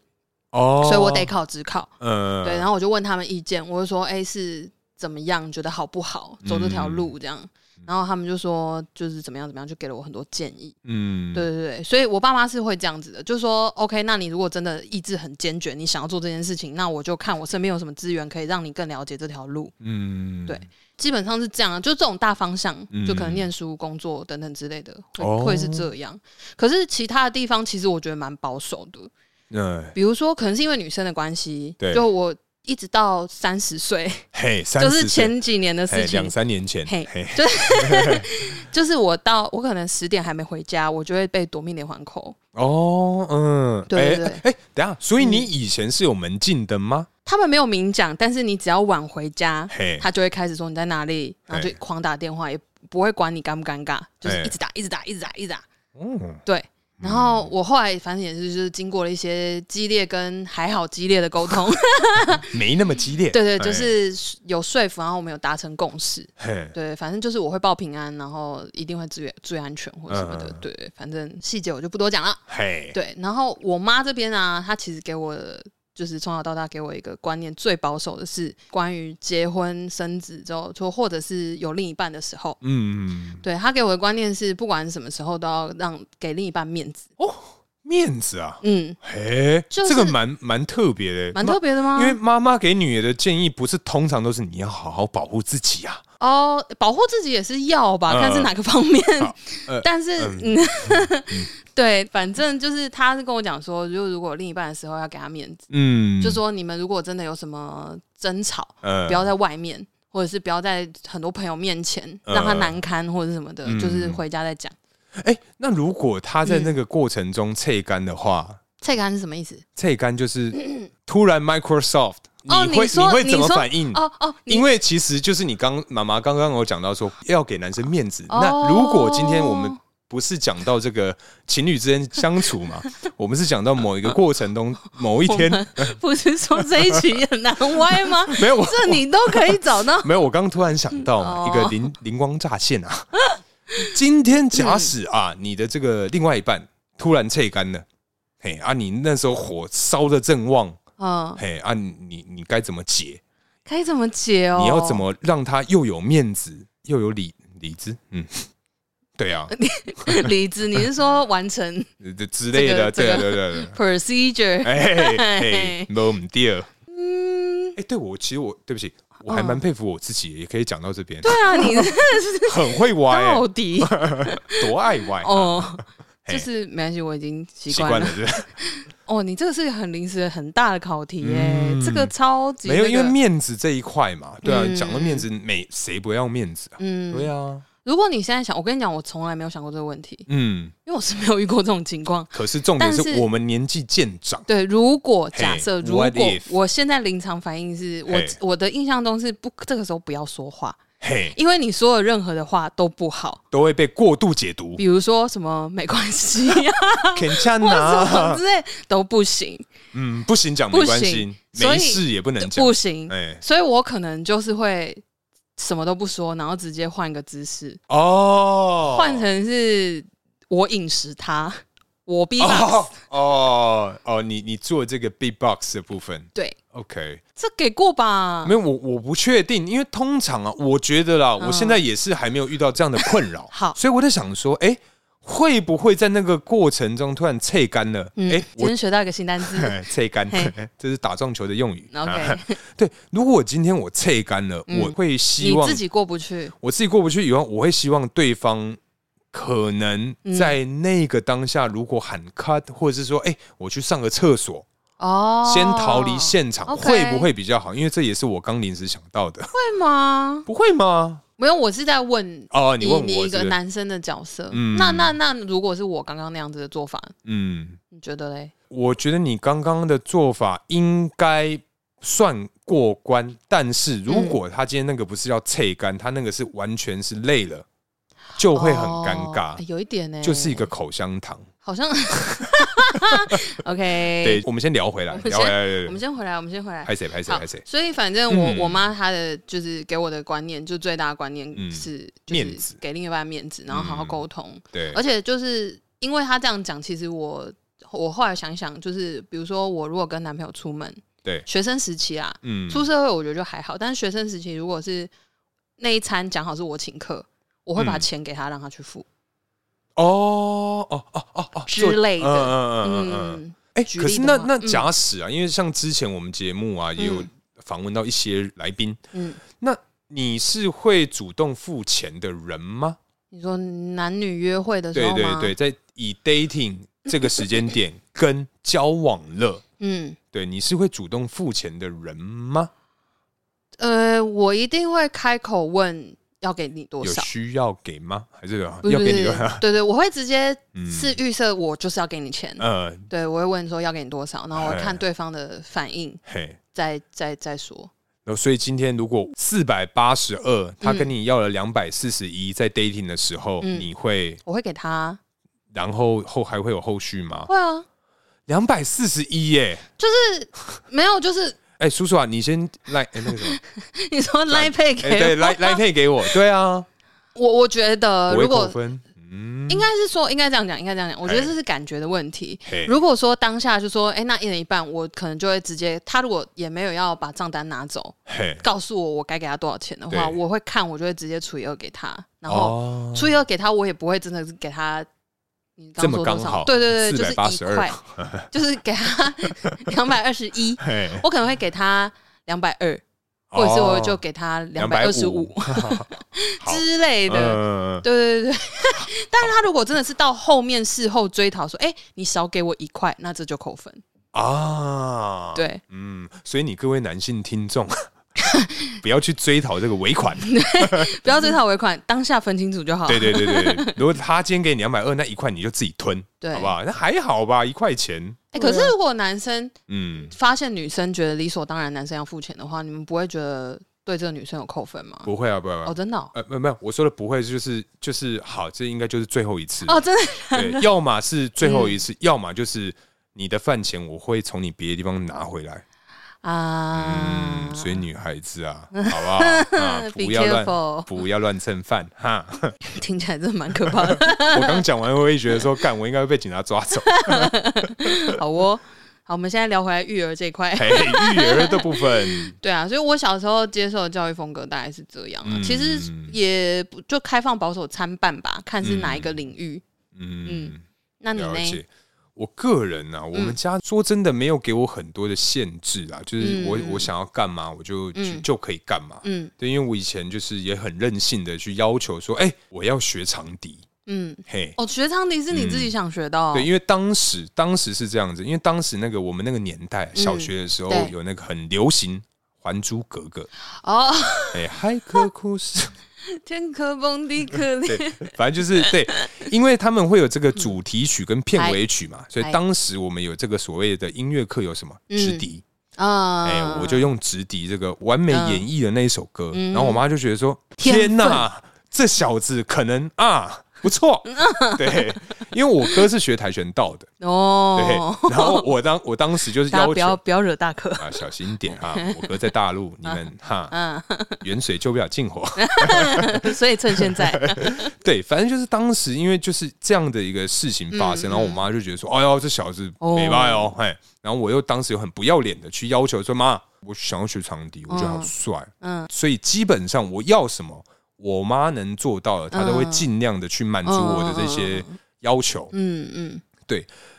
A: 哦，
B: 所以我得，考职考。
A: 呃，
B: 对，然后我就问他们意见，我就说，哎、是怎么样？觉得好不好？走这
A: 嗯
B: 条路这样。然后他们就说，就是怎么样怎么样，就给了我很多建议。
A: 嗯，
B: 对对对，所以我爸妈是会这样子的，就说 OK，那你如果真的意志很坚决，你想要做这件事情，那我就看我身边有什么资源可以让你更了解这条路。
A: 嗯，
B: 对基本上是这样啊，就这种大方向，
A: 嗯
B: 就可能念书、工作等等之类的，会、
A: 哦
B: 会是这样。可是其他的地方，其实我觉得蛮保守的，
A: 嗯，
B: 比如说可能是因为女生的关系
A: 对，
B: 就我一直到三 十岁，
A: 嘿，30
B: 就是
A: 岁
B: 前几年的
A: 嘿
B: 事情
A: 两，三年前，
B: 嘿
A: 嘿，
B: 就是我到我可能十点还没回家，我就会被夺命连环扣。
A: 哦，嗯，
B: 对对
A: 哎
B: 对
A: 哎，哎等一下，所以你
B: 嗯
A: 以前是有门禁的吗？
B: 他们没有明讲，但是你只要晚回家，
A: 嘿，
B: 他就会开始说你在哪里，然后就
A: 嘿
B: 狂打电话，也不会管你尴不尴尬，就是
A: 嘿
B: 一直打，一直打，一直打，一直打。
A: 嗯，
B: 对，然后我后来反正也是就是经过了一些激烈跟还好激烈的 沟通，
A: 没那么激烈，
B: 对对，
A: 哎
B: 就，是有说服，然后我们有达成共识。
A: 嘿，
B: 对，反正就是我会报平安，然后一定会注意注意安全或者什么的。
A: 嗯
B: 对，反正细节我就不多讲了。
A: 嘿，
B: 对，然后我妈这边啊，她其实给我的就是从小到大给我一个观念，最保守的是关于结婚生子之后，就或者是有另一半的时候，
A: 嗯，
B: 对她给我的观念是，不管什么时候都要让给另一半面子。
A: 面子啊，
B: 嗯，
A: 嘿，
B: 就是
A: 这个蛮蛮特别的，
B: 蛮特别啊的吗？
A: 哎因为妈妈给女儿的建议，不是通常都是你要好好保护自己啊。
B: 哦，保护自己也是要吧，
A: 嗯
B: 看是哪个方面
A: 好呃。
B: 但是，
A: 嗯
B: 嗯， 对，反正就是他是跟我讲说，就如果有另一半的时候要给他面子，
A: 嗯，
B: 就说你们如果真的有什么争吵，
A: 呃
B: 不要在外面，或者是不要在很多朋友面前
A: 嗯
B: 让他难堪或者什么的，
A: 嗯
B: 就是回家再讲。
A: 哎、那如果她在那个过程中脆干的话，
B: 菜干是什么意思？
A: 脆干就是突然 Microsoft，、
B: 哦
A: 你会
B: 你说
A: 会怎么
B: 你说
A: 反应？
B: 哦哦，
A: 嗯
B: 你
A: 因为其实就是你刚妈妈刚刚有讲到说要给男生面子，
B: 哦
A: 那如果今天我们不是讲到这个情侣之间相处嘛， 我们是讲到某一个过程中某一天，
B: 不是说这一曲很难歪 吗？
A: 没有我
B: 这你都可以找到。
A: 没有，我刚突然想到嘛
B: 哦
A: 一个灵灵光乍现啊！今天假使啊，你的这个另外一半突然脆干了，嘿啊，你那时候火烧的正旺，
B: 嗯，
A: 嘿啊，你你你该怎么解？
B: 该怎么解哦？
A: 你要怎？么让他又有面子又有理理智？嗯， 对 啊，
B: 李子，你是说完成
A: 这之类的，
B: 这
A: 对啊
B: 个
A: 对啊对啊对啊，
B: procedure？
A: 哎
B: 嘿
A: 嘿，没我们第二，
B: 嗯，
A: 啊哎，对我其实我对不起，我还
B: 嗯
A: 蛮佩服我自己，也可以讲到这边，
B: 对哦 啊，你
A: 很会 歪欸，
B: 到底
A: 多爱歪啊，
B: 哦。
A: 嘿
B: 就是没关系，我已经习
A: 习
B: 惯
A: 惯
B: 了
A: 了。是不是
B: 哦，你这个是很临时的很大的考题耶，
A: 嗯
B: 这个超级
A: 没有，
B: 那
A: 因为
B: 个
A: 面子这一块嘛，对啊，
B: 嗯
A: 讲到面子，每谁不要面子啊？
B: 嗯
A: 对啊，
B: 如果你现在想，我跟你讲，我从来没有想过这个问题，
A: 嗯。
B: 因为我是没有遇过这种情况。
A: 可是重点
B: 但
A: 是
B: 是
A: 我们年纪渐长，
B: 对，如果假
A: 嘿
B: 设如果
A: what if？
B: 我现在临场反应是
A: 嘿
B: 我我的印象中是不这个时候不要说话，
A: 嘿，
B: 因为你说的任何的话都不好，
A: 都会被过度解读。
B: 比如说什么没关系啊
A: 肯恰
B: 或 者啊什么
A: 拿，
B: 之类都不行，
A: 嗯，不行讲没关系，
B: 不行
A: 没事也不能讲
B: 不。行，
A: 哎，
B: 所以我可能就是会什么都不说，然后直接换个姿势，
A: 哦，
B: 换成是我饮食他，我逼他。
A: 哦哦哦哦，你你做这个 beatbox 的部分，
B: 对，
A: OK，
B: 这给过吧？
A: 没有我我不确定，因为通常啊，我觉得啦，我现在也是还没有遇到这样的困扰，
B: 嗯好
A: 所以我在想说，哎、会不会在那个过程中突然脆干了？哎、
B: 嗯，今
A: 我
B: 天学到一个新单 词
A: 脆干
B: 嘿，
A: 这是打撞球的用语。啊
B: ，OK，
A: 对，如果我今天我脆干了，
B: 嗯
A: 我会 希
B: 你
A: 望
B: 自己过不去，
A: 我自己过不去以后，我会希望对方可能
B: 嗯
A: 在那个当下，如果喊 cut，、或者是说，哎、我去上个厕所，
B: 哦，
A: 先逃离现场，
B: OK
A: 会不会比较好？因为这也是我刚临时想到的。
B: 会吗？
A: 不会吗？
B: 没有，我是在问
A: 哦，
B: 以
A: 你问
B: 你
A: 我
B: 一
A: 是
B: 个
A: 不是
B: 男生的角色，
A: 嗯
B: 那那那如果是我刚刚那样子的做法，
A: 嗯，
B: 你觉得嘞？
A: 我觉得你刚刚的做法应该算过关，但是如果他今天那个不是要脆干，他那个是完全是累了，就会很尴
B: 哦
A: 尬，
B: 哎有一点呢、
A: 就是一个口香糖。
B: 好像，OK，
A: 对，，我们先聊回来，
B: 哎我们
A: 聊回
B: 先
A: 来，哎对对
B: 我
A: 对
B: 们先回来，我们先回来。
A: 拍谁拍谁
B: 好
A: 拍谁，，
B: 所以反正我、
A: 嗯
B: 我妈她的就是给我的观念，就最大的观念
A: 嗯
B: 是、
A: 面
B: 就是
A: 子
B: 给另一半面子，然后好好
A: 嗯
B: 沟通。
A: 对，
B: 而且就是因为她这样讲，其实我我后来想想，就是比如说我如果跟男朋友出门，
A: 对
B: 学生时期啊，
A: 嗯
B: 出社会我觉得就还好，但是学生时期如果是那一餐讲好是我请客，我会把
A: 嗯
B: 钱给他让他去付
A: 哦哦哦哦哦
B: 之类
A: 嗯
B: 的。
A: 嗯嗯嗯嗯。
B: 嗯，
A: 哎、
B: 举
A: 可
B: 例
A: 是
B: 的
A: 那
B: 话
A: 那
B: 嗯
A: 假使啊，因为像之前我们节目啊，也有
B: 嗯
A: 访问到一些来宾，
B: 嗯
A: 那你是会主动付钱的人吗？
B: 你说男女约会的时
A: 对
B: 候
A: 对
B: 吗？
A: 对，在以 dating 这个时间点跟交往了，
B: 嗯，
A: 对，你是会主动付钱的人吗？
B: 呃，我一定会开口问要给你多
A: 有
B: 少，
A: 需要给吗？还是有
B: 不是
A: 要给你
B: 不
A: 多
B: 是
A: 少？
B: 对对，我会直接
A: 嗯
B: 是预设我就是要给你钱，
A: 呃，
B: 对我会问说要给你多少，然后我
A: 哎
B: 看对方的反应，
A: 嘿。
B: 再再再说。
A: 然后，所以今天如果四百八十二，他
B: 嗯
A: 跟你要了两百四十一，在 dating 的时候，
B: 嗯
A: 你会，
B: 我会给他，
A: 然后后还会有后续吗？
B: 会啊，
A: 两百四十一耶！
B: 就是没有，就是
A: 哎、叔叔啊，你先来、哎那个什么，
B: 你说来配给
A: 哎、
B: 我
A: 对，来来配给我，对啊，
B: 我我觉得
A: 我会
B: 呃如
A: 扣
B: 果
A: 分，嗯，
B: 应该是说，应该这样讲，应该这样讲。我觉得
A: 嘿
B: 这是感觉的问题
A: 嘿。
B: 如果说当下就说，哎、那一人一半，我可能就会直接，他如果也没有要把账单拿走，
A: 嘿，
B: 告诉我我该给他多少钱的话，
A: 哎对
B: 我会看，我就会直接除以二给他， 然后
A: 哦，
B: 除以二给他，我也不会真的是给他。你刚
A: 这么
B: 说多
A: 刚
B: 少？
A: 好
B: 对对对，就是一
A: 482
B: 块，就是给他两百二十一，
A: 嘿，
B: 我可能会给他两百二， 或者是我就
A: 哦
B: 给他两百二十
A: 225
B: 五之类的。
A: 嗯，
B: 对对 对对，但是他如果真的是到后面事后追讨说，哎、你少给我一块，那这就扣分。
A: 啊，，
B: 对，
A: 嗯，所以你各位男性听 众，不要去追讨这个尾款，
B: 不要追讨尾款，当下分清楚 就好。
A: 对对对对，对 如果他今天给你两百二，那一块你就自己吞，
B: 对
A: 好不好？那还好吧，一块钱，
B: 哎、可是如果男生
A: 嗯，
B: 发现女生觉得理所当然男生要付钱的话，你们不会觉得对这个女生有扣分吗？
A: 不会啊，不会啊
B: 哦，，真的哦，
A: 呃，没有没有，我说的不会就是就是好，这应该就是最后一次
B: 哦真 的
A: 对，要么是最后一
B: 嗯
A: 次，要么就是你的饭钱我会从你别的地方拿回来。
B: 啊、
A: 嗯，所以女孩子 啊，好不好？啊
B: Be
A: 不要乱
B: careful
A: 不要乱蹭饭 哈。
B: 听起来真的蛮可怕的。
A: 我刚讲完，我也觉得说，干，我应该会被警察抓 走。
B: 好哦，好，我们现在聊回来育儿这 一块。
A: 嘿，育儿的部分，
B: 对啊，所以我小时候接受的教育风格大概是这样啊，
A: 嗯
B: 其实也不就开放保守参半吧，看是哪一个领域。
A: 嗯，
B: 那你
A: 了
B: 呢？
A: 解。我个人呢、啊，我们家说真的没有给我很多的限制啊，就是我
B: 嗯
A: 我想要干嘛，我就就
B: 嗯
A: 就可以干嘛。
B: 嗯
A: 对，因为我以前就是也很任性的去要求说，哎、我要学长笛，
B: 嗯，
A: 嘿。
B: 哦，学长笛是你自己想学的、
A: 嗯
B: 哦
A: 对，因为当时当时是这样子，因为当时那个我们那个年代，小学的时候
B: 嗯对
A: 有那个很流行《还珠格格》
B: 哦，
A: 哎，骇客故事，
B: 天可崩地可裂，
A: 嗯对，反正就是对，因为他们会有这个主题曲跟片尾曲嘛，所以
B: 哎
A: 当时我们有这个所谓的音乐课有什么
B: 嗯
A: 直笛，
B: 啊，
A: 哎，我就用直笛这个完美演绎的那一首歌，
B: 嗯
A: 然后我妈就觉得说，
B: 天分
A: 天哪，这小子可能啊，不错。 对，因为我哥是学跆拳道的，
B: 哦，
A: 对，然后我当我当时就是
B: 大家
A: 要
B: 不要
A: 求。
B: 不要惹大可。
A: 啊，小心一点 哈！我哥在大陆，你们哈，
B: 嗯，
A: 远水救不了近火。
B: 所以趁现在，
A: 对，反正就是当时因为就是这样的一个事情发生，然后我妈就觉得说：“哎呦，这小子
B: 嗯哦
A: 没办哦。”嘿，然后我又当时又很不要脸的去要求说：“妈，我想要学长笛，我觉得好帅。”
B: 嗯
A: 嗯，所以基本上我要什么，我妈能做到的，她都会尽量的去满足我的这些要求。
B: 嗯嗯，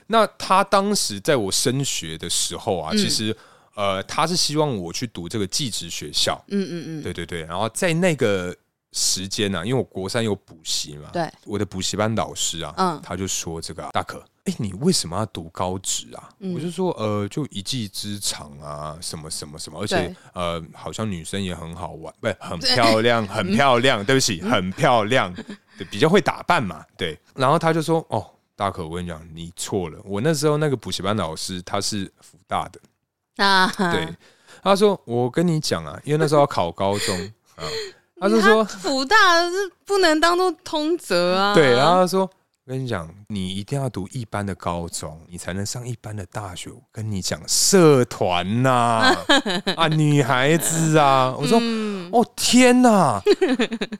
A: 那她当时在我升学的时候
B: 嗯
A: 啊，其实呃，她是希望我去读这个技职学校。
B: 嗯嗯嗯，
A: 对对对，然后在那个时间呢、啊，因为我国三有补习嘛，
B: 对，
A: 我的补习班老师啊，
B: 嗯
A: 他就说这个啊、大可，哎、你为什么要读高职啊？
B: 嗯
A: 我就说呃，就一技之长啊，什么什么什么，而且
B: 对
A: 呃，好像女生也很好玩，不是很漂亮，
B: 嗯
A: 很漂亮，对不起，很漂亮，对，比较会打扮嘛，对，然后他就说哦。大可，我跟你讲，你错了。我那时候那个补习班老师他是福大的，
B: 那
A: 对，他说我跟你讲啊，因为那时候要考高中啊，他就说
B: 福大是不能当做通则啊。
A: 对，然后他说我跟你讲，你一定要读一般的高中，你才能上一般的大学。我跟你讲，社团 呐、啊，女孩子啊，我说。
B: 嗯
A: 哦天呐，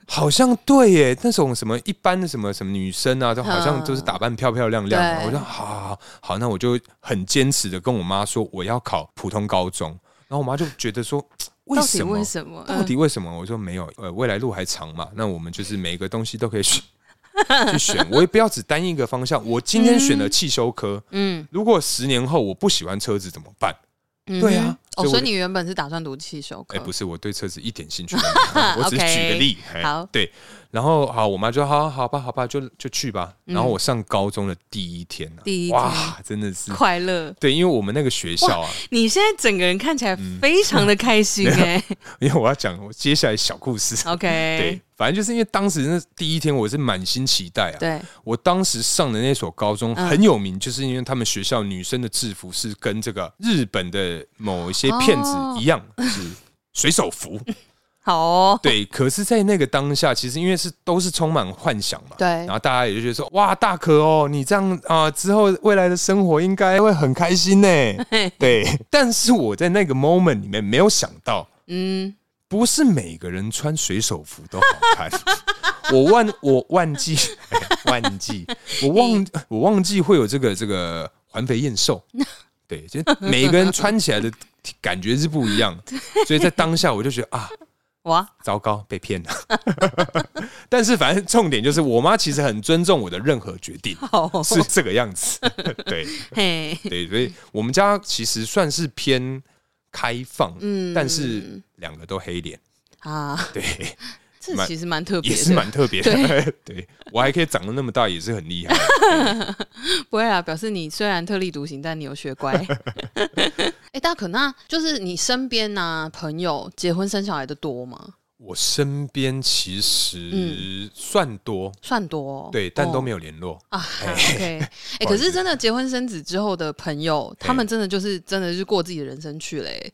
A: 好像对耶，那种什么一般的什么什么女生啊，都好像
B: 嗯
A: 都是打扮漂漂亮亮的。
B: 对
A: 我说好好好好，那我就很坚持的跟我妈说我要考普通高中，然后我妈就觉得说为
B: 到底
A: 什么
B: 为什么？
A: 到底为什么？我说没有，呃，未来路还长嘛，那我们就是每个东西都可以选 去选，我也不要只单一个方向。我今天选了汽修科，
B: 嗯，
A: 如果十年后我不喜欢车子怎么办？
B: 嗯
A: 对啊
B: 哦，
A: 所以我
B: 所以你原本是打算读汽修
A: 哎、
B: 课？
A: 不是，我对车子一点兴趣都没 有，我只是举
B: OK，
A: 个例。哎
B: 好
A: 对，然后好，我妈就好好好吧，好吧，就就去吧。然后我上高中的第一天、啊，
B: 嗯第一天
A: 哇，真的是
B: 快乐，
A: 对，因为我们那个学校啊，
B: 你现在整个人看起来
A: 嗯
B: 非常的开心哎、
A: 因为我要讲我接下来小故事。对
B: OK，，
A: 反正就是因为当时那第一天，我是满心期待啊。
B: 对
A: 我当时上的那所高中
B: 嗯
A: 很有名，就是因为他们学校女生的制服是跟这个日本的某一些骗子
B: 哦
A: 一样，是水手 服。
B: 好哦，
A: 对，可是，在那个当下，其实因为是都是充满幻想嘛，
B: 对
A: 然后大家也就觉得说，哇，大可哦，你这样啊、之后未来的生活应该会很开心 呢。对，但是我在那个 moment 里面没有想到，
B: 嗯，
A: 不是每个人穿水手服都好看。 我忘我忘记哎忘记我忘我忘记会有这个这个环肥燕瘦，对，就每个人穿起来的 感觉是不一样，所以在当下我就觉得啊，
B: 哇，
A: 糟糕，被骗了。 但是反正重点就是，我妈其实很尊重我的任何决定，
B: 好哦，
A: 是这个样子。 对
B: 嘿，
A: 对，所以我们家其实算是偏开放，
B: 嗯
A: 但是两个都黑脸。
B: 啊，
A: 对，
B: 这
A: 蛮
B: 其实蛮特别
A: 也是
B: 的，
A: 蛮特别的。 对我还可以长得那么大，也是很厉害。
B: 不会啊，表示你虽然特立独行，但你有学 乖。哎、大可，那就是你身边呐、朋友结婚生小孩的多吗？
A: 我身边其实算多，
B: 算嗯多、哦，
A: 对，但都
B: 有。
A: 没有联络。
B: 啊，OK，哎、
A: 不好
B: 可
A: 意思哎
B: 是真的结婚生子之后的朋友，他们真的就是真的是过自己的人生去嘞、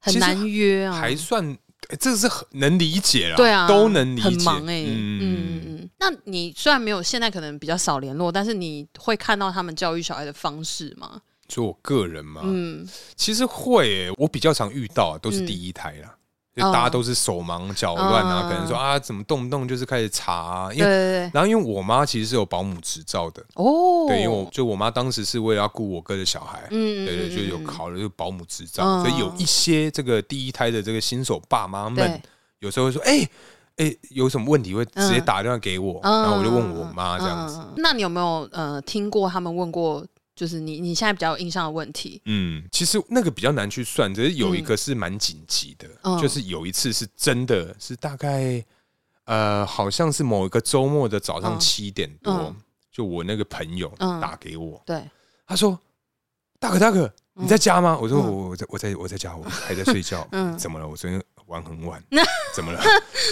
B: 很
A: 其实
B: 难约啊，
A: 还算，哎这是很能理解啦，
B: 对啊，
A: 都能理解。
B: 很忙哎、嗯嗯
A: 嗯，
B: 嗯。那你虽然没有现在可能比较少联络，但是你会看到他们教育小孩的方式吗？
A: 就我个人嘛，
B: 嗯，
A: 其实会、欸，我比较常遇到、啊、都是
B: 嗯
A: 第一胎啦。
B: 哦
A: 就大家都是手忙脚乱啊，
B: 嗯
A: 可能说啊，怎么动不动就是开始查、啊，因
B: 对
A: 为
B: 对对，
A: 然后因为我妈其实是有保姆执照的，
B: 哦，
A: 对，因为我就我妈当时是为了要顾我哥的小孩，
B: 嗯，嗯
A: 对对，就有，
B: 嗯
A: 考了这个保姆执照，
B: 嗯
A: 所以有一些这个第一胎的这个新手爸妈
B: 嗯
A: 们
B: 对，，
A: 有时候会说，哎、哎、有什么问题会直接
B: 嗯
A: 打电话给我，
B: 嗯
A: 然后我就问我妈这样子，。
B: 嗯嗯嗯那你有没有呃听过他们问过，就是你你现在比较有印象的问题？
A: 嗯，其实那个比较难去算，只是有一个是蛮紧急的，
B: 嗯
A: 就是有一次是真的是大概呃，好像是某一个周末的早上
B: 嗯
A: 七点多，
B: 嗯
A: 就我那个朋友
B: 嗯
A: 打给我，
B: 对，
A: 他说：“大可大可，
B: 嗯
A: 你在家吗？”我说：“
B: 嗯
A: 我我在我在我在家，我还在睡觉。
B: 嗯
A: 怎么了？我昨天玩很 晚，怎么了？”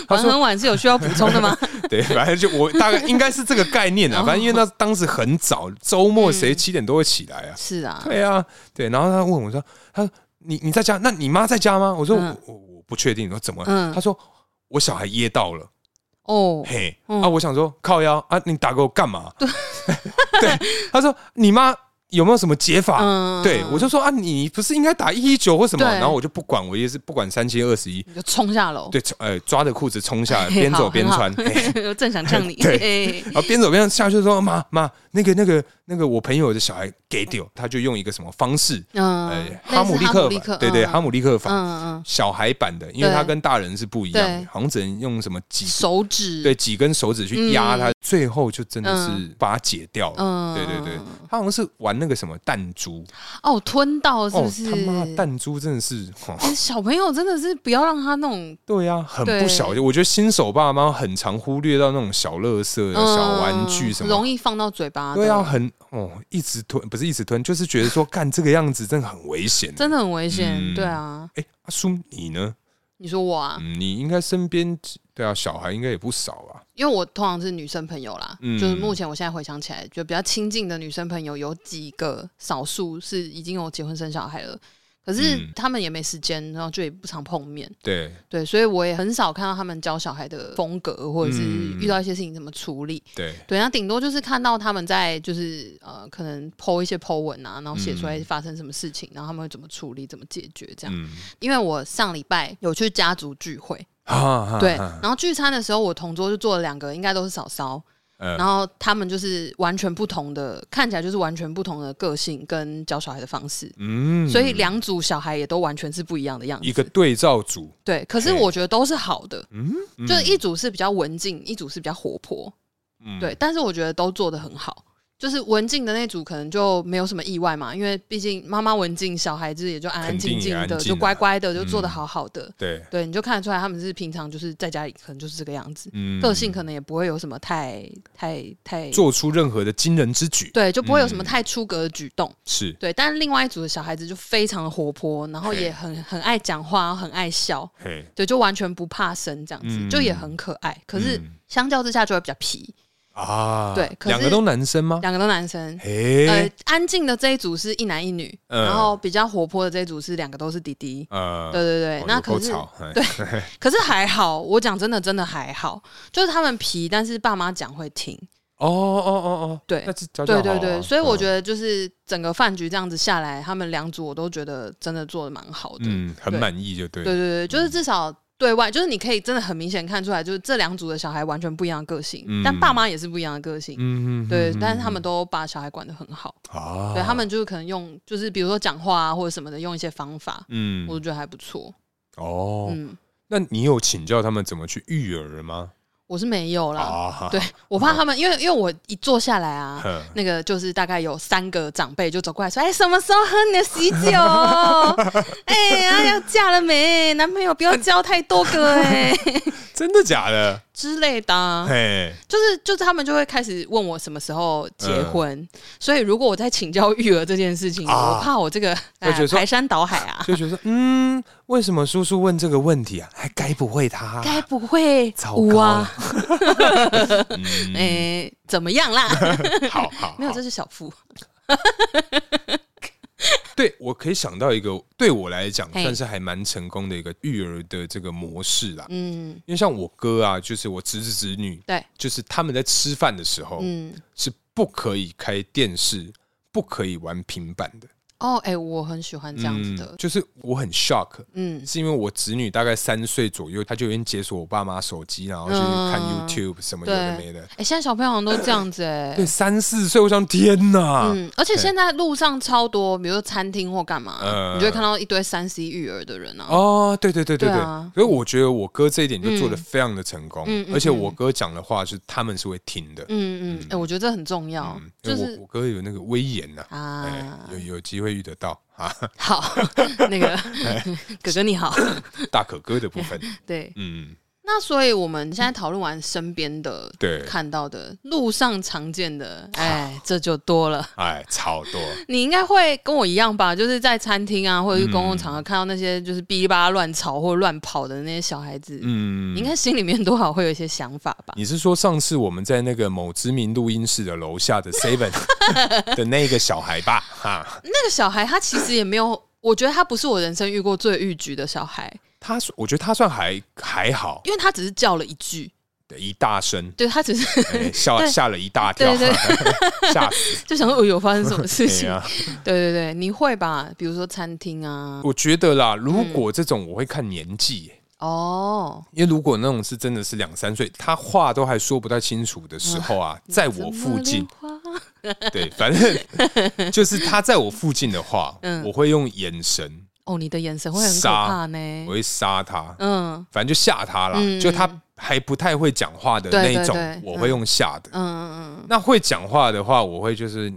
A: 他
B: 晚很
A: 说
B: 晚是有需要补充的吗？：“
A: 对，反正就我大概应该是这个概念啊。
B: 哦
A: 反正因为那当时很早，周末谁
B: 嗯
A: 七点多会起来啊？
B: 是啊，
A: 对啊，对。然后他问我说：‘他说你你在家？那你妈在家吗？’我说：‘
B: 嗯
A: 我我我不确定。’我说：‘怎么了？’
B: 嗯
A: 他说：‘我小孩噎到了。’
B: 哦哦，
A: 嘿，
B: 嗯
A: 啊，我想说靠腰啊，你打给我干嘛？ 对，他说你妈有没有什么解法？
B: 嗯
A: 对我就说啊，你不是应该打一一九或什么？
B: 对
A: 然后我就不管，我也是不管三七二十一，
B: 你就冲下楼，
A: 对，呃，抓着裤子冲 下来，
B: 嘿
A: 边
B: 好
A: 走边
B: 很好
A: 穿。嘿
B: 我正想呛你，
A: 对
B: 嘿
A: 然后边走边下去说妈妈，那个那个那个我朋友的小孩给丢，他就用一个什么方式，呃
B: 嗯，，
A: 哈姆
B: 利
A: 利克法，对对，哈
B: 姆，
A: 姆利克法，
B: 嗯嗯，
A: 小孩版的，因为
B: 对
A: 它跟大人是不一样
B: 对
A: 的，好像只能用什么几
B: 手指，
A: 对，几根手指去压它，最后就真的是
B: 嗯
A: 把它解掉了。
B: 嗯，
A: 对对对，他好像是玩那个什么弹珠，
B: 哦，吞到是不
A: 哦
B: 是？，
A: 他妈弹珠真的是，哦
B: 哎小朋友真的是不要让他那种，
A: 对呀、很
B: 对
A: 不小心。我觉得新手爸妈很常忽略到那种小乐色、
B: 嗯
A: 小玩具什么。
B: 容易放到嘴巴的，
A: 对啊，很哦，一直吞不是一直吞，就是觉得说干这个样子真的很危险。
B: 真的很危险，
A: 嗯
B: 对啊，
A: 哎，阿叔你呢？
B: 你说我啊，
A: 嗯，你应该身边对啊，小孩应该也不少啊。
B: 因为我通常是女生朋友啦，
A: 嗯
B: 就是目前我现在回想起来，就比较亲近的女生朋友有几个，少数是已经有结婚生小孩了，可是
A: 嗯
B: 他们也没时间，然后就也不常碰面，
A: 对
B: 对，所以我也很少看到他们教小孩的风格，或者是
A: 嗯
B: 遇到一些事情怎么处理。
A: 对，
B: 对，啊那顶多就是看到他们在就是呃，可能 PO 一些 PO 文啊，然后写出来
A: 嗯
B: 发生什么事情，然后他们会怎么处理、怎么解决这样。
A: 嗯，
B: 因为我上礼拜有去家族聚会，
A: 哈哈
B: 对，
A: 啊哈
B: 然后聚餐的时候，我同桌就做了两个，应该都是嫂嫂，
A: 呃
B: 然后他们就是完全不同的，看起来就是完全不同的个性跟教小孩的方式，
A: 嗯
B: 所以两组小孩也都完全是不一样的样子。
A: 一个对照组，
B: 对，可是
A: 嘿
B: 我觉得都是好的，
A: 嗯，嗯
B: 就是一组是比较文静，一组是比较活泼，
A: 嗯
B: 对，但是我觉得都做得很好。就是文静的那组可能就没有什么意外嘛，因为毕竟妈妈文静，小孩子也就安安
A: 肯定
B: 静
A: 也
B: 静
A: 安
B: 的，
A: 静
B: 就
A: 啊
B: 乖乖的，就做得
A: 嗯
B: 好好的。
A: 对，
B: 对，你就看得出来他们是平常就是在家里可能就是这个样子，
A: 嗯
B: 个性可能也不会有什么太太太
A: 做出任何的惊人之举，
B: 对，就不会有什么
A: 嗯
B: 太出格的举动。
A: 是，
B: 对，但是另外一组的小孩子就非常的活泼，然后也很很爱讲话，很爱笑，
A: 嘿，
B: 对，就完全不怕生这样子，
A: 嗯
B: 就也很可爱。可是
A: 嗯
B: 相较之下就会比较皮，
A: 啊，
B: 对可是
A: 两个都男生吗？
B: 两个都男生。呃
A: 嘿，，
B: 安静的这一组是一男一女，
A: 嗯
B: 然后比较活泼的这一组是两个都是弟弟。
A: 呃
B: 对，对对，
A: 哦
B: 那
A: 有够
B: 可是
A: 吵嘿
B: 对可是还好，我讲真的真的还好，就是他们皮，但是爸妈讲会听。
A: 哦哦哦哦，
B: 对
A: 那是啊教
B: 对对对，所以我觉
A: 得，
B: 得就是整个饭局这样子下来，他们两组我都觉得真的做的蛮好的。
A: 嗯，很
B: 对
A: 满意就对，嗯
B: 对对对，就是至少对外，就是你可以真的很明显看出来，就是这两组的小孩完全不一样的个性，
A: 嗯
B: 但爸妈也是不一样的个性。
A: 嗯，嗯
B: 对
A: 嗯，
B: 但是他们都把小孩管得很好，
A: 啊，
B: 对他，们就是可能用，就是比如说讲话啊或者什么的，用一些方法，
A: 嗯
B: 我，就觉得还不错。
A: 哦，
B: 嗯，
A: 那你有请教他们怎么去育儿吗？
B: 我是没有啦，
A: 啊，
B: 对我怕他们，因为因为我一坐下来啊，
A: 哼，
B: 那个就是大概有三个长辈就走过来说：“哎、什么时候喝你的喜酒？哎、哎要嫁了没？男朋友不要交太多个 哎、
A: 真的假的？
B: 之类的啊、
A: 嘿，
B: 就是就是他们就会开始问我什么时候结
A: 嗯
B: 婚。所以如果我在请教育儿这件事情，
A: 啊
B: 我怕我这个
A: 我觉
B: 哎
A: 得说
B: 排山倒海啊，
A: 就觉得说，嗯，为什么叔叔问这个问题啊？还该不会他
B: 该不会
A: 啊糟
B: 五
A: 糕
B: 啊
A: 了？嗯
B: 哎、怎么样啦？
A: 好好，
B: 没有，
A: 好
B: 这是小富。
A: 对我可以想到一个对我来讲
B: 嘿
A: 算是还蛮成功的一个育儿的这个模式啦。
B: 嗯，
A: 因为像我哥啊，就是我侄子侄女，
B: 对，
A: 就是他们在吃饭的时候、
B: 嗯，
A: 是不可以开电视，不可以玩平板的。
B: 哦，哎、我很喜欢这样子的
A: 嗯，就是我很 shock，
B: 嗯
A: 是因为我侄女大概三岁左右，她就已经解锁我爸妈手机，然后去看
B: 嗯
A: YouTube 什么有的没的。
B: 哎、现在小朋友好像都这样子哎、
A: 对，三四岁，我想天哪！
B: 嗯，而且
A: 对
B: 现在路上超多，比如说餐厅或干嘛，
A: 嗯
B: 你就会看到一堆三 C 育儿的人啊。
A: 哦，对对对对
B: 对
A: 对，
B: 啊
A: 所以我觉得我哥这一点就做的非常的成功，
B: 嗯嗯嗯
A: 而且我哥讲的话是他们是会听的，
B: 嗯嗯，哎、我觉得这很重要，
A: 嗯，因
B: 就
A: 为
B: 是
A: 我我哥有那个威严呐、哎、
B: 啊，
A: 有有机会遇得到啊，
B: 好， 那个 哥哥你好，
A: 大可哥的部 分，
B: 对。
A: 哎嗯，
B: 那所以我们现在讨论完身边的
A: 对，
B: 看到的路上常见的，哎，这就多了。
A: 哎，超 多，
B: 你应该会跟我一样吧，就是在餐厅啊，或者是公共
A: 嗯
B: 场合看到那些就是哔哩吧啦乱吵或乱跑的那些小孩子，
A: 嗯
B: 你应。该心里面多少会有一些想法吧？
A: 你是说上次我们在那个某知名录音室的楼下的 Seven 的那个小孩吧？哈，
B: 那个小孩他其实也没有，我觉得他不是我人生遇过最逾矩的小孩，
A: 他我觉得他算还还好，
B: 因为他只是叫了一句，
A: 对一大声，
B: 对他只是
A: 哎吓
B: 对
A: 吓了一大跳，
B: 对
A: 吓死！
B: 就想说，哎呦，发生什么事
A: 哎
B: 情？
A: 呀，
B: 对对对，你会吧？比如说餐厅啊，
A: 我觉得啦，如果这种我会看年纪、
B: 哦，
A: 因为如果那种是真的是两三岁，他话都还说不太清楚的时候啊，
B: 嗯
A: 在我附近，
B: 怎么莲花
A: 对，反正就是他在我附近的话，
B: 嗯
A: 我会用眼神，
B: 哦，你的眼神会很可
A: 杀
B: 怕
A: 我
B: 呢。
A: 会杀他，
B: 嗯
A: 反正就吓他啦。
B: 嗯
A: 就他还不太会讲话的
B: 对
A: 那一
B: 对
A: 种，
B: 对
A: 我会用吓的。
B: 嗯嗯嗯，
A: 那会讲话的话，我会就是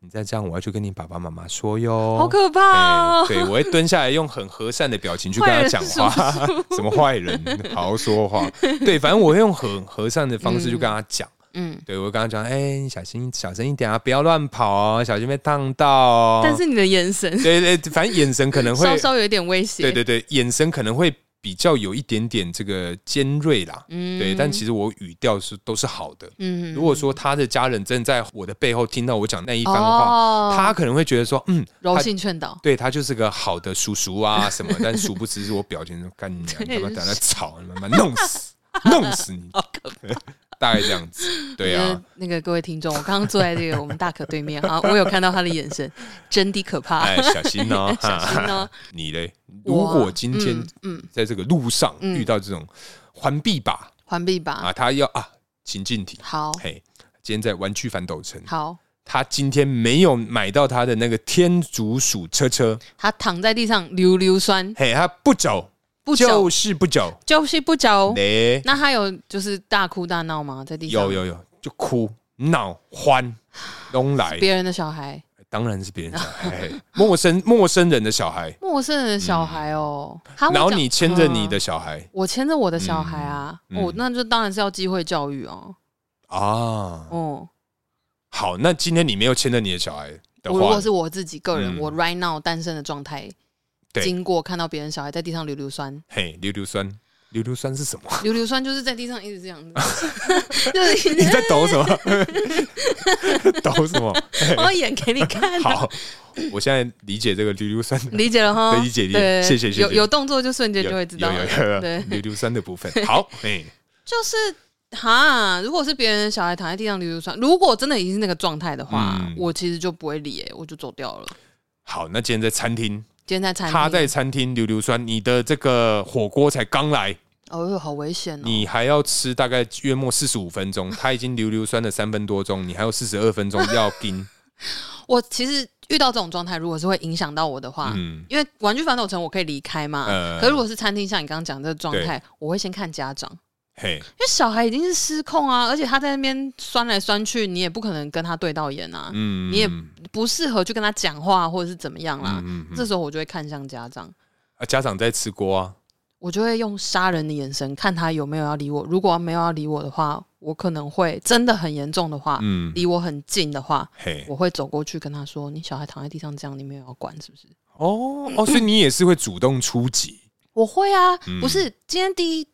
A: 你再这样，我要去跟你爸爸妈妈说哟。
B: 好可怕
A: 哦哎
B: 哦。
A: 对，我会蹲下来用很和善的表情去跟他讲话， 什么坏人，好好说话。对，反正我会用很和善的方式去跟他讲。
B: 嗯，
A: 对，我会跟他讲，哎、你小心，小声一点啊，不要乱跑哦，小心被烫到哦。
B: 但，是你的眼神
A: 对对，反正眼神可能会，
B: 稍稍有一点威胁。
A: 对对对，眼神可能会比较有一点点这个尖锐啦。
B: 嗯
A: 对，但其实我语调是都是好的。
B: 嗯
A: 如果说他的家人正在我的背后听到我讲那一番话，
B: 哦，
A: 他可能会觉得说，嗯，
B: 柔
A: 他
B: 性劝导，
A: 对他就是个好的叔叔 啊什么，但殊不知是我表情说干你娘，你他妈
B: 对
A: 在那吵，你他妈弄 死，弄死你， 大概这样子，对
B: 就是
A: 啊，
B: 那个各位听众，我刚刚坐在这个我们大可对面啊， 我有看到他的眼神，真的可怕。
A: 哎，小心哦，
B: 小心哦
A: 你嘞？ 如
B: 我啊
A: 果今天
B: 嗯嗯，
A: 在这个路上
B: 嗯
A: 遇到这种环臂吧
B: 环臂吧，
A: 啊，他要啊情境题，
B: 好
A: 嘿，今天在湾区反斗城，
B: 好，
A: 他今天没有买到他的那个天竺鼠车车，
B: 他躺在地上溜溜酸，
A: 嘿，他不走，
B: 不
A: 就
B: 走哦
A: 是不走，
B: 就是不走。
A: 嘞。
B: 那他有就是大哭大闹吗？在地上
A: 有有有，就哭、闹、欢，拢来，
B: 别人的小孩，
A: 当然是别人小孩，嘿陌生陌生人的小孩，
B: 陌生人的小孩哦。他会
A: 嗯然后
B: 讲
A: 你牵着你，
B: 嗯
A: 的小孩
B: 我牵着我的小孩啊，
A: 嗯嗯
B: 哦，那就当然是要机会教育哦。
A: 啊。
B: 哦，
A: 好，那今天你没有牵着你的小孩的
B: 我如果
A: 话，
B: 是我自己个人，
A: 嗯
B: 我 right now 单身的状态，
A: 对
B: 经过看到别人小孩在地上溜 溜酸，
A: 嘿，溜溜酸，溜溜酸是什么？
B: 溜溜酸就是在地上一直这样 子， 就是
A: 你在抖什么？ 抖什么？
B: 我要演给你看、啊。
A: 好，我现在理解这个溜溜酸的
B: 理解了哈，
A: 对理解理解
B: 对
A: 谢谢谢谢
B: 有有动作就瞬间就
A: 有
B: 会知道
A: 有
B: 了，
A: 有有
B: 对
A: 溜溜酸的部分。 好，哎，
B: 就是哈，如果是别人的小孩躺在地上溜溜酸，如果真的已经是那个状态的话，
A: 嗯
B: 我其实就不会理、欸，我就走掉了。
A: 好，那今天在餐厅，
B: 今天在餐厅，
A: 他在餐厅溜溜酸，你的这个火锅才刚来，
B: 哦呦，好危险哦！
A: 你还要吃大概约莫四十五分 钟，他已经溜溜酸了三分多钟，你还有四十二分钟要盯。
B: 我其实遇到这种状态，如果是会影响到我的话，
A: 嗯，
B: 因为玩具反斗城我可以离开嘛，
A: 呃
B: 可是如果是餐厅，像你刚刚讲的这个状态，我会先看家长，
A: 嘿，
B: 因为小孩已经是失控啊，而且他在那边酸来酸去，你也不可能跟他对到眼啊，
A: 嗯，
B: 你也不适合去跟他讲话或者是怎么样啦。
A: 嗯嗯
B: 这时候我就会看向家长，
A: 啊，家长在吃锅啊，
B: 我就会用杀人的眼神看他有没有要理我。如果没有要理我的话，我可能会真的很严重的话，
A: 嗯，
B: 离我很近的话，
A: 嘿，
B: 我会走过去跟他说：“你小孩躺在地上这样，你没有要管是不是
A: 哦哦，所以你也是会主动出击，？”
B: 我会啊，
A: 嗯
B: 不是今天第一。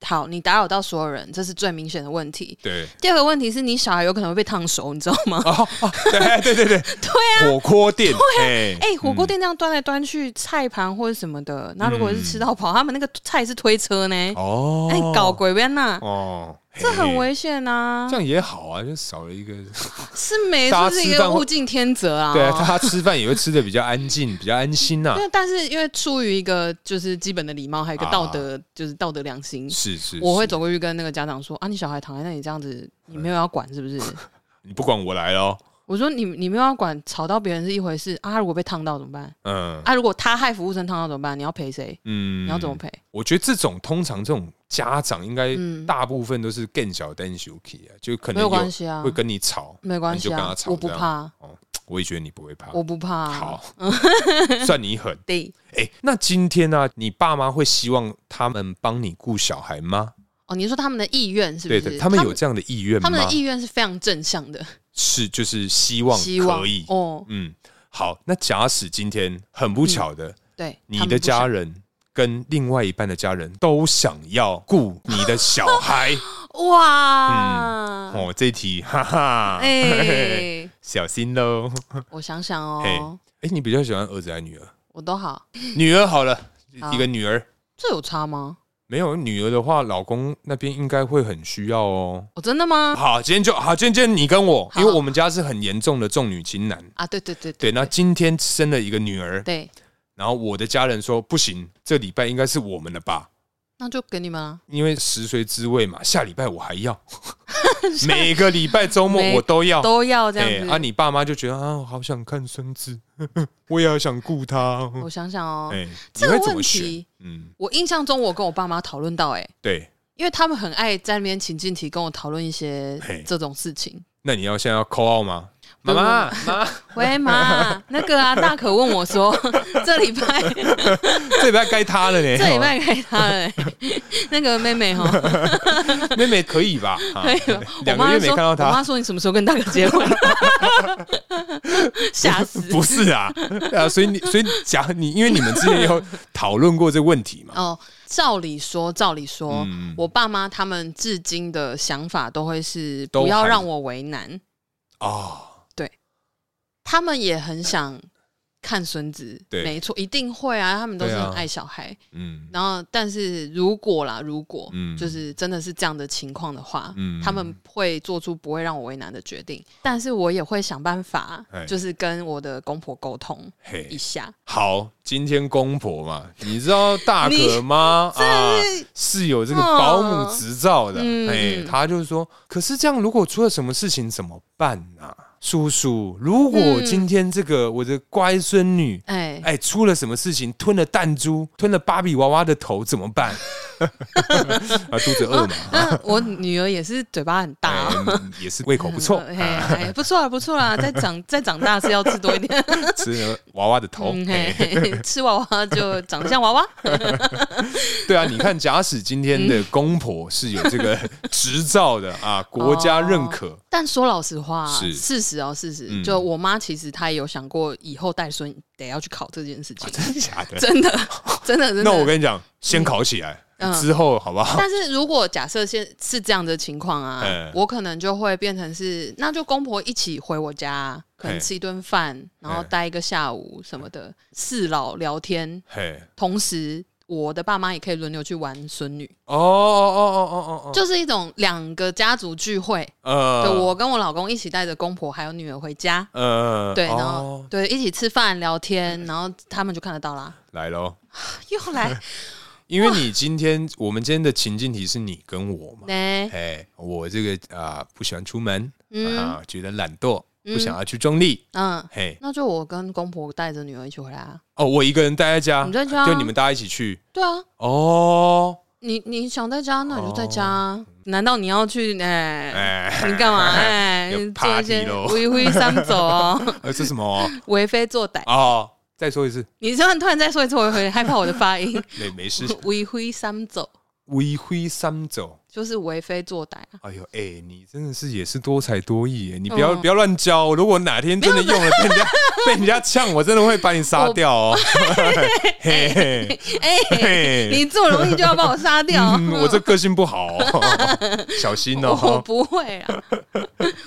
B: 好，你打扰到所有人，这是最明显的问题。
A: 对，
B: 第二个问题是你小孩有可能会被烫熟，你知道吗？
A: 哦哦，对对对对，对啊，火锅店，对
B: 哎、火
A: 嗯
B: 锅店这样端来端去，菜盘或者什么的，那如果是吃到饱，他们那个菜是推车呢，
A: 嗯哦，
B: 哎、搞鬼边呐，
A: 哦，
B: 这很
A: 嘿，
B: 危险啊
A: 这，样也好啊，就少了一个，
B: 是没
A: 大家
B: 是不是
A: 吃
B: 一
A: 饭
B: 个
A: 会
B: 物竞天择啊？
A: 对啊，他吃饭也会吃的比较安静，比较安心呐
B: 因，为但是因为出于一个就是基本的礼貌，还有一个
A: 啊
B: 道德，就是道德良心，
A: 是是，
B: 我会
A: 是，
B: 走过去跟那个家长说：“啊，你小孩躺在那里这样子，你没有要管是 不是？”
A: 你不管我来咯，
B: 我说你：“你没有要管，吵到别人是一回事啊。如果被烫到怎么办？
A: 嗯
B: 啊，如果他害服务生烫到怎么办？你要赔谁？
A: 嗯，
B: 你要怎么赔？
A: 我觉得这种通常这种家长应该
B: 嗯
A: 大部分都是更小担羞 k 啊，就可能
B: 没有关系啊
A: 会，跟你吵。
B: 没关系
A: 你就跟
B: 啊
A: 他，吵
B: 我不怕，
A: 我也觉得你不会怕，
B: 我不怕、啊。
A: 好，算你狠。
B: 对，
A: 哎、那今天呢、你爸妈会希望他们帮你顾小孩吗？
B: 哦，你说他们的意愿是不
A: 对
B: 是？
A: 的，他们有这样的意愿吗？
B: 他们的意愿是非常正向的，
A: 是就是希望
B: 希望
A: 可以。
B: 哦，
A: 嗯，好，那假使今天很不巧的，
B: 对，
A: 你
B: 他们
A: 的
B: 不想
A: 家人跟另外一半的家人都想要顾你的小 孩，
B: 哇，
A: 哦，这一题，哈哈，
B: 嗯啊哎、
A: 小心喽！
B: 我想想
A: 嘿
B: 哦，
A: 哎、你比较喜欢儿子还是女儿？
B: 我都好，
A: 女儿好了，
B: 好
A: 一个女儿，
B: 这有差吗？
A: 没有女儿的话，老公那边应该会很需要哦。
B: 哦，真的吗？
A: 好，今天就好，今天今天你跟我，
B: 好
A: 因为我们家是很严重的重女轻男。
B: 啊，对对对
A: 对，那今天生了一个女儿，
B: 对，
A: 然后我的家人说不行，这礼拜应该是我们的吧，
B: 那就给你们啊。
A: 因为食髓知味嘛，下礼拜我还 要，每个礼拜周末
B: 每
A: 我都要。
B: 都要这样
A: 哎
B: 子。
A: 啊，你爸妈就觉得啊，我好想看孙子， 我也好想顾他哦。
B: 我想想哦，
A: 哎，你
B: 这个
A: 会怎么
B: 问
A: 选
B: 题？
A: 嗯，
B: 我印象中我跟我爸妈讨论到、哎，
A: 对，
B: 因为他们很爱在那边情境题跟我讨论一些
A: 嘿
B: 这种 事情。
A: 那你要现在要 call out 吗？
B: 不
A: 妈妈，妈，
B: 喂妈，那个啊，大可问我 说，这礼拜
A: 这礼拜该他了呢。
B: 这礼拜给他了、哎那个妹妹哈，
A: 哦妹妹可以 吧？啊
B: 可以了我
A: 两个
B: 妈
A: 月
B: 就
A: 没
B: 说，
A: 看到
B: 我妈
A: 她，
B: 说你什么时候跟大可 结婚？吓死！
A: 不是啊，对啊，所以你，所以讲你，因为你们之前有讨论过这个问题嘛。
B: 哦，照理说，照理说，
A: 嗯
B: 哦我爸妈他们至今的想法都会是
A: 都
B: 不要
A: 还
B: 让我为难，
A: 哦，
B: 他们也很想看孙子，
A: 对
B: 没错，一定会啊，他们都是
A: 对啊
B: 很爱小孩。
A: 嗯
B: 然后，但是如果啦，如果、
A: 嗯
B: 就是真的是这样的情况的话，
A: 嗯
B: 他们会做出不会让我为难的决定，但是我也会想办法
A: 哎，
B: 就是跟我的公婆沟通一
A: 嘿，
B: 下。
A: 好，今天公婆嘛，你知道大可
B: 你
A: 吗？啊，是有这个保姆执照的，
B: 嗯
A: 哎，他就说，可是这样如果出了什么事情怎么办啊？叔叔，如果
B: 嗯
A: 今天这个我的乖孙女，
B: 哎，
A: 哎，出了什么事情？吞了弹珠，吞了芭比娃娃的头怎么办？ 啊，肚子饿嘛，
B: 那我女儿也是嘴巴很大、哦。
A: 哎也是胃口不错，
B: 嗯嘿，哎不错啊，不错 啊，再长再长大是要吃多一点，
A: 吃了娃娃的头。
B: 嗯
A: 哎
B: 嘿，嘿吃娃娃就长得像娃娃，
A: 对啊，你看，假使今天的公婆是有这个执照的 啊，国家认可，
B: 但说老实话，
A: 是
B: 事实哦，事实。
A: 嗯
B: 就我妈其实她也有想过，以后带孙得要去考这件事情，
A: 啊真的假的？
B: 真的，真的，真 的。
A: 那我跟你讲，先考起来，
B: 嗯
A: 之后好不 好？
B: 但是如果假设现是这样的情况啊，
A: 嗯
B: 我可能就会变成是，那就公婆一起回我家啊，可能
A: 嘿
B: 吃一顿饭，然后
A: 嗯
B: 待一个下午什么的，四老聊天，
A: 嘿，
B: 同时。我的爸妈也可以轮流去玩孙女，
A: 哦哦哦哦哦哦，
B: 就是一种两个家族聚会。对，
A: 呃
B: 我跟我老公一起带着公婆还有女儿回家，
A: 呃，
B: 对，然后、
A: 哦
B: 对一起吃饭聊天，然后他们就看得 到啦。
A: 来喽，
B: 又来
A: 因为你今天我们今天的情境题是你跟我嘛，
B: 呢，
A: 哎，我这个啊不喜欢出门
B: 嗯
A: 啊，觉得懒惰，
B: 嗯
A: 不想要去中立，
B: 嗯，
A: 嘿，
B: 那就我跟公婆带着女儿一起回来啊。
A: 哦，我一个人待在家
B: 你，在家啊
A: 就你们大家一起去，
B: 对啊，
A: 哦，
B: 你你想在家，那你就在家啊。难道你要去哎？
A: 哎，
B: 你 干嘛？哎
A: 有，
B: 做一
A: party
B: 些
A: 咯
B: 微微三走哦，
A: 呃，这什么？
B: 为非作歹。
A: 哦，再说一次，
B: 你这样突然再说一次，我会害怕我的发音。
A: 没没事，
B: 为非三走
A: 为非三走。
B: 就是为非作歹啊。
A: 哎呦，哎、你真的是也是多才多艺耶！你不要、
B: 嗯
A: 不要乱教，哦如果哪天真的用了被人家被人家呛，我真的会把你杀掉哦。 嘿嘿
B: 哎，
A: 嘿，
B: 你哦这么容易就要把我杀掉？
A: 嗯，我这个性不好、 哦，小心
B: 我
A: 哦。
B: 不会啊，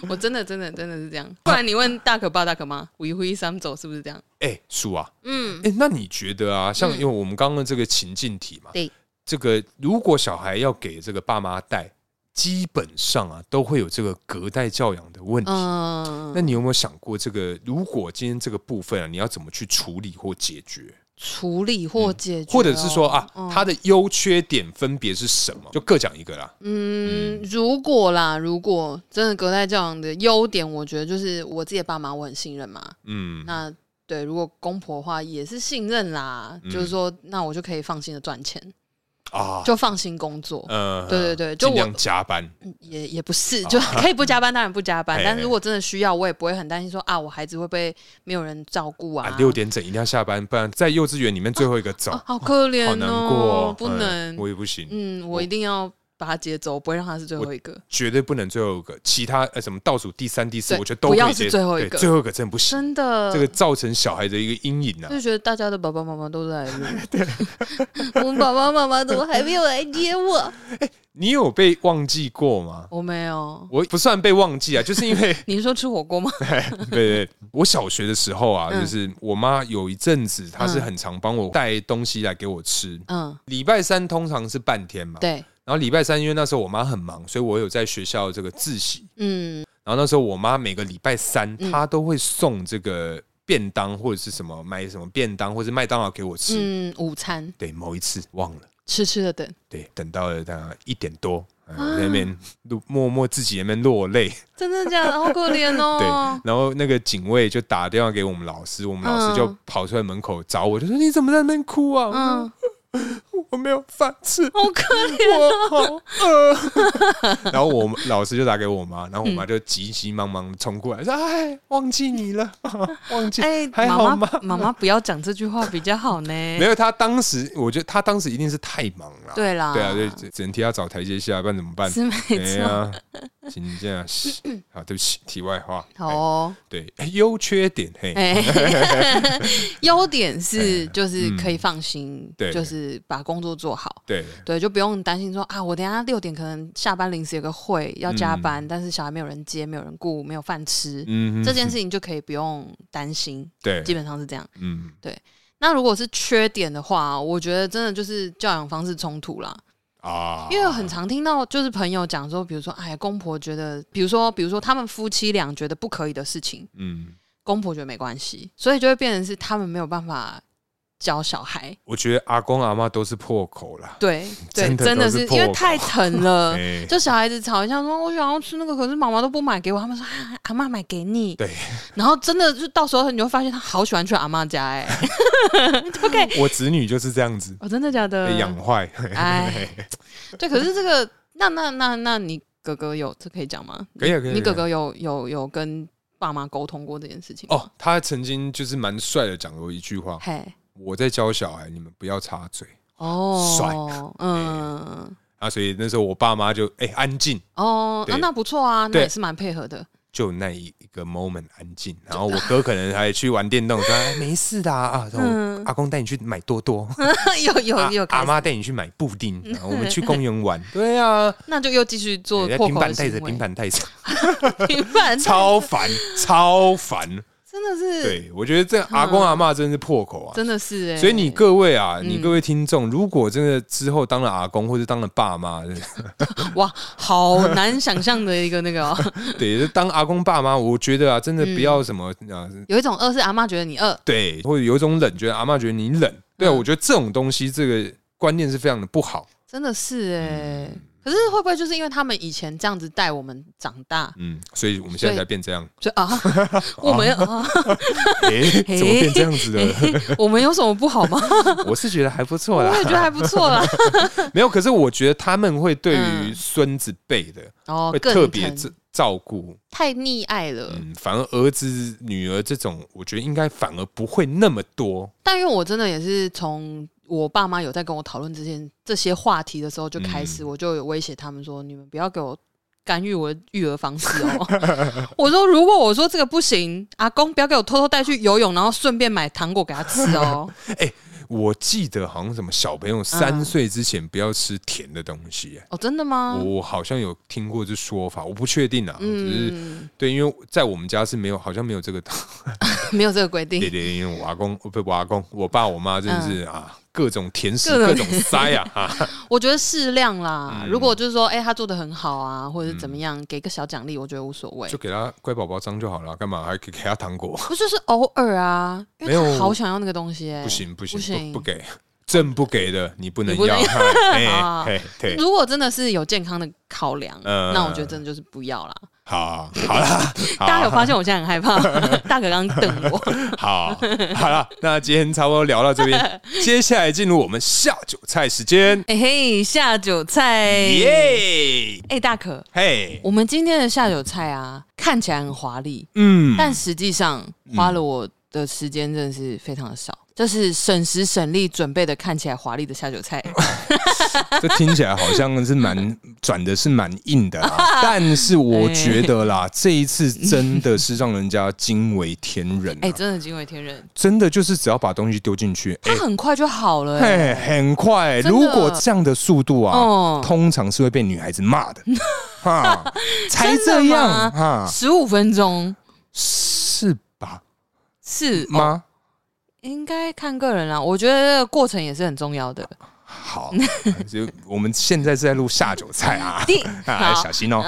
B: 我真的真的真的是这样。不然你问大可爸大可妈，五一挥三走是不是这样？
A: 哎、叔啊，
B: 嗯，
A: 哎、那你觉得啊，像因
B: 嗯
A: 为我们刚刚的这个情境题嘛，
B: 对，
A: 这个如果小孩要给这个爸妈带，基本上啊都会有这个隔代教养的问题。
B: 嗯、
A: 那你有没有想过，这个如果今天这个部分啊，你要怎么去处理或解决，
B: 处理或解决哦、
A: 或者是说啊，
B: 嗯
A: 它的优缺点分别是什么？就各讲一个啦。
B: 嗯，如果啦，如果真的隔代教养的优点，我觉得就是我自己的爸妈我很信任嘛。
A: 嗯，
B: 那对，如果公婆的话也是信任啦，
A: 嗯
B: 就是说，那我就可以放心的赚钱，
A: 啊，
B: 就放心工作。
A: 呃
B: 对对对就
A: 尽
B: 我
A: 量哦加班。
B: 也也不是，就可以不加班，当然不加班
A: 哎。
B: 但是如果真的需要，我也不会很担心说啊，我孩子会不会没有人照顾啊
A: 啊，？六点整一定要下班，不然在幼稚园里面最后一个走，
B: 啊，好可怜
A: 好难过
B: 哦
A: 哦，，
B: 不
A: 嗯
B: 能。
A: 我也不行。
B: 嗯，我一定要把他接走，不会让他是最后一个。
A: 绝对不能最后一个，其他呃什么倒数第三、第四，
B: 对
A: 我觉得都
B: 不要
A: 可以
B: 是
A: 接
B: 最后一
A: 对
B: 个
A: 最后一个真的不行，
B: 真的，嗯
A: 这个造成小孩的一个阴影啊。
B: 就觉得大家的爸爸妈妈都在 录，我们爸爸妈妈怎么还没有来接我？
A: 你有被忘记过吗？
B: 我没有。
A: 我不算被忘记啊，就是因为
B: 你是说吃火锅吗？
A: 对对，我小学的时候啊，
B: 嗯
A: 就是我妈有一阵子，她是
B: 嗯
A: 很常帮我带东西来给我吃。
B: 嗯，
A: 礼拜三通常是半天嘛，
B: 对，
A: 然后礼拜三因为那时候我妈很忙，所以我有在学校这个自习。
B: 嗯
A: 然后那时候我妈每个礼拜三，
B: 嗯
A: 她都会送这个便当或者是什么买什么便当或者麦当劳给我吃。
B: 嗯，午餐
A: 对，某一次忘了，
B: 吃吃的等，
A: 对，等到了大概一点多，嗯
B: 啊
A: 我在那边录默默自己在那边落泪。
B: 真的假的？好可怜
A: 对
B: 哦，。
A: 然后那个警卫就打电话给我们老师，我们老师就
B: 嗯
A: 跑出来门口找我，就说：“你怎么在那边哭啊？”
B: 嗯，
A: 我没有饭吃，
B: 好可怜。哦
A: 我好饿。 然后我们老师就打给我妈，然后我
B: 嗯
A: 妈就急急忙忙冲过来说：“哎，忘记你了， 忘记。
B: 哎，
A: 还好
B: 妈
A: 吗
B: 妈，妈妈不要讲这句话比较好呢。
A: 没有，她当时我觉得她当时一定是太忙了。
B: 对啦，
A: 对啊，对，只只能替她找台阶下，不然怎么办？
B: 是没
A: 哎
B: 错。
A: 呀，请这 样，嘘好，对不起，题外话。
B: 好
A: 哎，
B: 哦，
A: 对，哎优缺点，嘿，
B: 哎， 优点是就是可以放心，
A: 哎嗯对
B: 就是把工作做好。
A: 对，
B: 对，就不用担心说啊，我等一下六点可能下班临时有个会要加班，但是小孩没有人接，没有人顾，没有饭吃，
A: 嗯，
B: 这件事情就可以不用担心，
A: 对，
B: 基本上是这样。
A: 嗯，
B: 那如果是缺点的话，我觉得真的就是教养方式冲突啦，
A: 啊，
B: 因为很常听到就是朋友讲说，比如说哎，公婆觉得，比如说比如说他们夫妻俩觉得不可以的事情，
A: 嗯，
B: 公婆觉得没关系，所以就会变成是他们没有办法教小孩。
A: 我觉得阿公阿妈都是破口啦。
B: 对对，
A: 真的
B: 真的
A: 都是
B: 是
A: 破
B: 因为
A: 口
B: 太疼 了，
A: 哎，
B: 呃就小孩子吵一下说，我想要吃那个，可是妈妈都不买给我。他们说啊，阿妈买给你。
A: 对，
B: 然后真的就到时候你会发现，他好喜欢去阿妈家、 哎，不可以，
A: 我子女就是这样子
B: 哦，真的假的
A: 被？养坏。
B: 哎，对，可是这个，那那那那你哥哥有这可以讲吗？
A: 可以啊可以啊可
B: 你
A: 以
B: 哥
A: 啊
B: 哥有有有跟爸妈沟通过这件事情吗？
A: 哦，他曾经就是蛮帅的讲过一句话
B: 嘿，：“
A: 我在教小孩，你们不要插嘴。
B: 哦，
A: 帅
B: 嗯，”
A: 啊，所以那时候我爸妈就哎、安静，
B: 哦，那
A: 对
B: 那不错啊，那
A: 对
B: 也是蛮配合的。
A: 就那一一个 moment 安静。然后我哥可能还去玩电 动，说、哎、没事的啊，啊然后
B: 嗯
A: 阿公带你去买多 多，
B: 有有有
A: 啊
B: 开
A: 阿
B: 始，
A: 妈带你去买布丁，然后我们 去公园玩。对啊，
B: 那就又继续做
A: 哎
B: 破
A: 平
B: 口的
A: 板带
B: 行为。
A: 着， 平板带着，
B: 平板
A: 超烦，超烦。
B: 真的是
A: 对，我觉得这阿公阿妈真是破口啊。
B: 真的是哎、
A: 所以你各位啊，你
B: 嗯
A: 各位听众，如果真的之后当了阿公或者当了爸 妈，
B: 哇，好难想象的一个那 个、哦，
A: 对，就当阿公爸妈，我觉得啊，真的不要什么啊，
B: 有一种饿是阿妈觉得你饿，
A: 对，或者有一种冷，觉得阿妈觉得你冷，对啊，
B: 嗯
A: 我觉得这种东西这个观念是非常的不好，
B: 真的是哎、
A: 嗯
B: 可是会不会就是因为他们以前这样子带我们长大，
A: 嗯，所以我们现在
B: 所以
A: 才变这样，
B: 就 啊，我们、啊、
A: 诶， 怎么变这样子的？
B: 我们有什么不好 吗？
A: 我是觉得还不错
B: 我
A: 啦
B: 也，觉得还不错啦。
A: 没有，可是我觉得他们会对于
B: 嗯
A: 孙子辈的
B: 哦
A: 会，
B: 更
A: 特别照
B: 疼
A: 照顾，
B: 太溺爱了。
A: 嗯，反而儿子女儿这种，我觉得应该反而不会那么多，
B: 但因为我真的也是从我爸妈有在跟我讨论这件这些话题的时候就开始，
A: 嗯
B: 我就有威胁他们说：“你们不要给我干预我的育儿方式哦。” 我说：“如果我说这个不行，阿公不要给我偷偷带去游泳，然后顺便买糖果给他吃哦。
A: 我记得好像什么小朋友三岁之前不要吃甜的东西、”
B: 哦，真的吗？
A: 我好像有听过这说法，我不确定啊，只是
B: 嗯，
A: 对，因为在我们家是没有，好像没有 这个，
B: 没有这个规
A: 对
B: 定。
A: 对，因为我阿公不，我阿公，我爸我妈真的是、啊，各种甜食，
B: 嗯各
A: 各
B: 种
A: 种塞啊， 啊
B: 我觉得适量啦。
A: 嗯
B: 如果就是说，哎、他做的很好啊，或者是怎么样，给个小奖励，我觉得无所谓
A: 就。给他乖宝宝章就好了，干嘛还给给他糖果？
B: 不就是偶尔啊？因
A: 没
B: 为
A: 有
B: 他好想要那个东西、哎，
A: 不行不行
B: 不行
A: 不给，正不给的你不能
B: 你不能啊
A: 要，
B: 要
A: 嘿
B: 好
A: 嘿嘿对，
B: 如果真的是有健康的考量，
A: 嗯
B: 那我觉得真的就是不要啦。
A: 好好啦，好
B: 大家有发现我现在很 害怕？大哥刚瞪我。
A: 好，好了，那今天差不多聊到这 边，接下来进入我们下酒菜时间，
B: 哎、嘿，下酒菜！哎、
A: 耶！
B: 大可，
A: 嘿，
B: 我们今天的下酒菜啊，看起来很华丽，
A: 嗯，
B: 但实际上花了我的时间真的是非常的少。这是省时省力准备的看起来华丽的 下酒
A: 哎
B: 菜。
A: 这听起来好像是蛮转的是蛮硬的啦， 但是我觉得
B: 哎
A: 啦，这一次真的是让人家惊为天人、啊
B: 哎、，真的惊为天人，
A: 真的就是只要把东西丢进去，哎
B: 它、很快就好了、哎
A: 嘿，很快、
B: 真的
A: 如果这样的速度啊，
B: 哦
A: 通常是会被女孩子骂的， 哈，才
B: 真的
A: 这样
B: 吗
A: 哈，
B: 十五分钟
A: 是吧？
B: 是哦
A: 妈，
B: 应该看个人啦、我觉得这个过程也是很重要 的。
A: 好，就我们现在是在录下酒菜啊。
B: 第
A: 啊，
B: 好
A: 小，心 哦！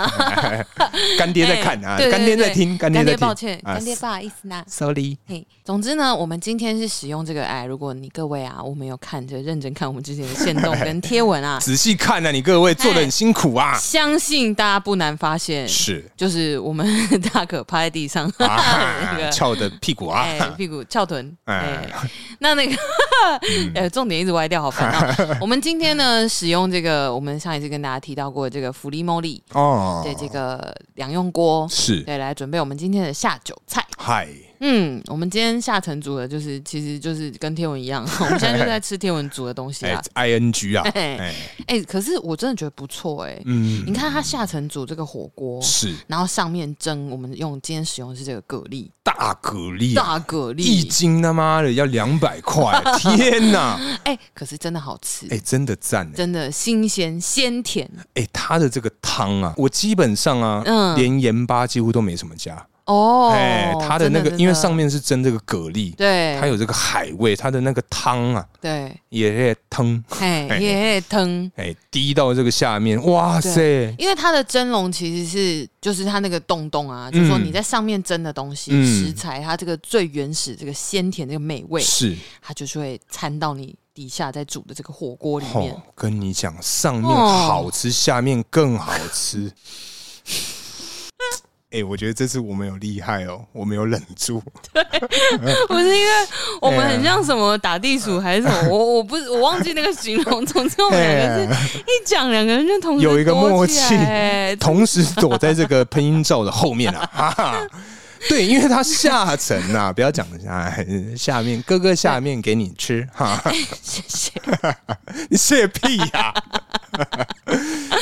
A: 干爹在看啊
B: 哎，对对
A: 干爹在听，干爹
B: 干
A: 在
B: 爹
A: 听。
B: 抱歉，
A: 啊
B: 干爹不好意思啦。
A: Sorry，，
B: 嘿，总之呢，我们今天是使用这个哎，如果你各位啊，我们有看就认真看我们之前的线动跟贴文啊
A: 仔细看啊，你各位做的很辛苦啊。
B: 相信大家不难发现，
A: 是
B: 就是我们大可趴在 地上，那
A: 啊，
B: 个
A: 翘的屁股啊
B: 哎、，屁股翘臀，哎、
A: 哎嗯
B: 那那个， 呃，重点一直歪掉，好烦 啊！我们今天呢，使用这个我们上一次跟大家提到过的这个福利茉莉，
A: 哦
B: 对，这个两用锅，
A: 是
B: 对，来准备我们今天的下酒菜。
A: 嗨，
B: 嗯，我们今天下层煮的就是，其实就是跟天文一 样，我们现在就在吃天文煮的东西
A: 哎
B: 啊。
A: ，I N G 啊，
B: 哎
A: 哎，
B: 哎、可是我真的觉得不错哎、
A: 嗯，
B: 你看它下层煮这个火锅，
A: 是
B: 然后上面蒸，我们用今天使用的是这个蛤蜊，
A: 大蛤蜊啊，
B: 大蛤
A: 一
B: 蜊。
A: 斤他妈的要两百 块，天哪！
B: 哎、可是真的好吃，
A: 哎，真的赞哎
B: 真的新鲜鲜甜
A: 哎，它的这个汤啊，我基本上啊，
B: 嗯
A: 连盐巴几乎都没什么加。
B: 哦。
A: 哎，它的那个
B: 真
A: 因为
B: 真的
A: 上面是蒸这个蛤蜊，
B: 对，
A: 它有这个海味，它的那个汤啊，
B: 对，
A: 也汤，
B: 嘿
A: 哎，
B: 也疼。
A: 哎，滴到这个下面，哇塞，
B: 因为它的蒸笼其实是就是它那个洞洞啊，就是说
A: 嗯
B: 你在上面蒸的东西、
A: 嗯
B: 食材，它这个最原始、这个鲜甜、这个美味，
A: 是
B: 它就是会掺到你底下在煮的这个火锅里面
A: 哦。，跟你讲，上面
B: 哦
A: 好吃，下面更好吃。 哎、我觉得这次我们有厉害哦，我们有忍住。
B: 不是因为 我们
A: 哎呀
B: 很像什么打地
A: 啊
B: 鼠还是什 么，我我不是我忘记那个形容。总之我们两
A: 哎
B: 个是一讲，两个人就同时
A: 有一个
B: 躲
A: 默
B: 起
A: 契
B: 来 哎
A: 同时躲在这 个喷音罩的后面啊，哈哈。对，因为它下层啊，不要讲的下下面，哥哥下面给你吃哈。
B: 谢谢，
A: 你谢屁呀、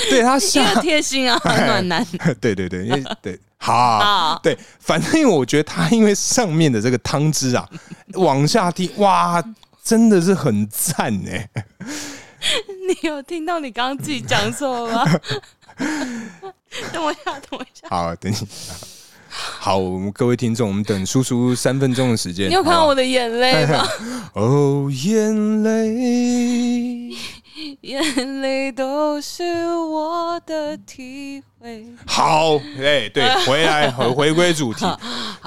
A: 对他
B: 因
A: 下
B: 为贴心啊，暖男
A: 对对对，因为对，好
B: 好，
A: 对，反正因为我觉得它因为上面的这个汤汁啊，往下滴，哇，真的是很赞哎、
B: 你有听到你刚刚自己讲错吗？ 等我一下，等我一下。
A: 好，等你。好，我们各位听众，我们等叔叔三分钟的时间。
B: 你有看到我的眼泪吗？
A: 好不好？哦，眼泪。哎
B: 眼泪都是我的体会。
A: 好，哎、对，回来回回归主 题。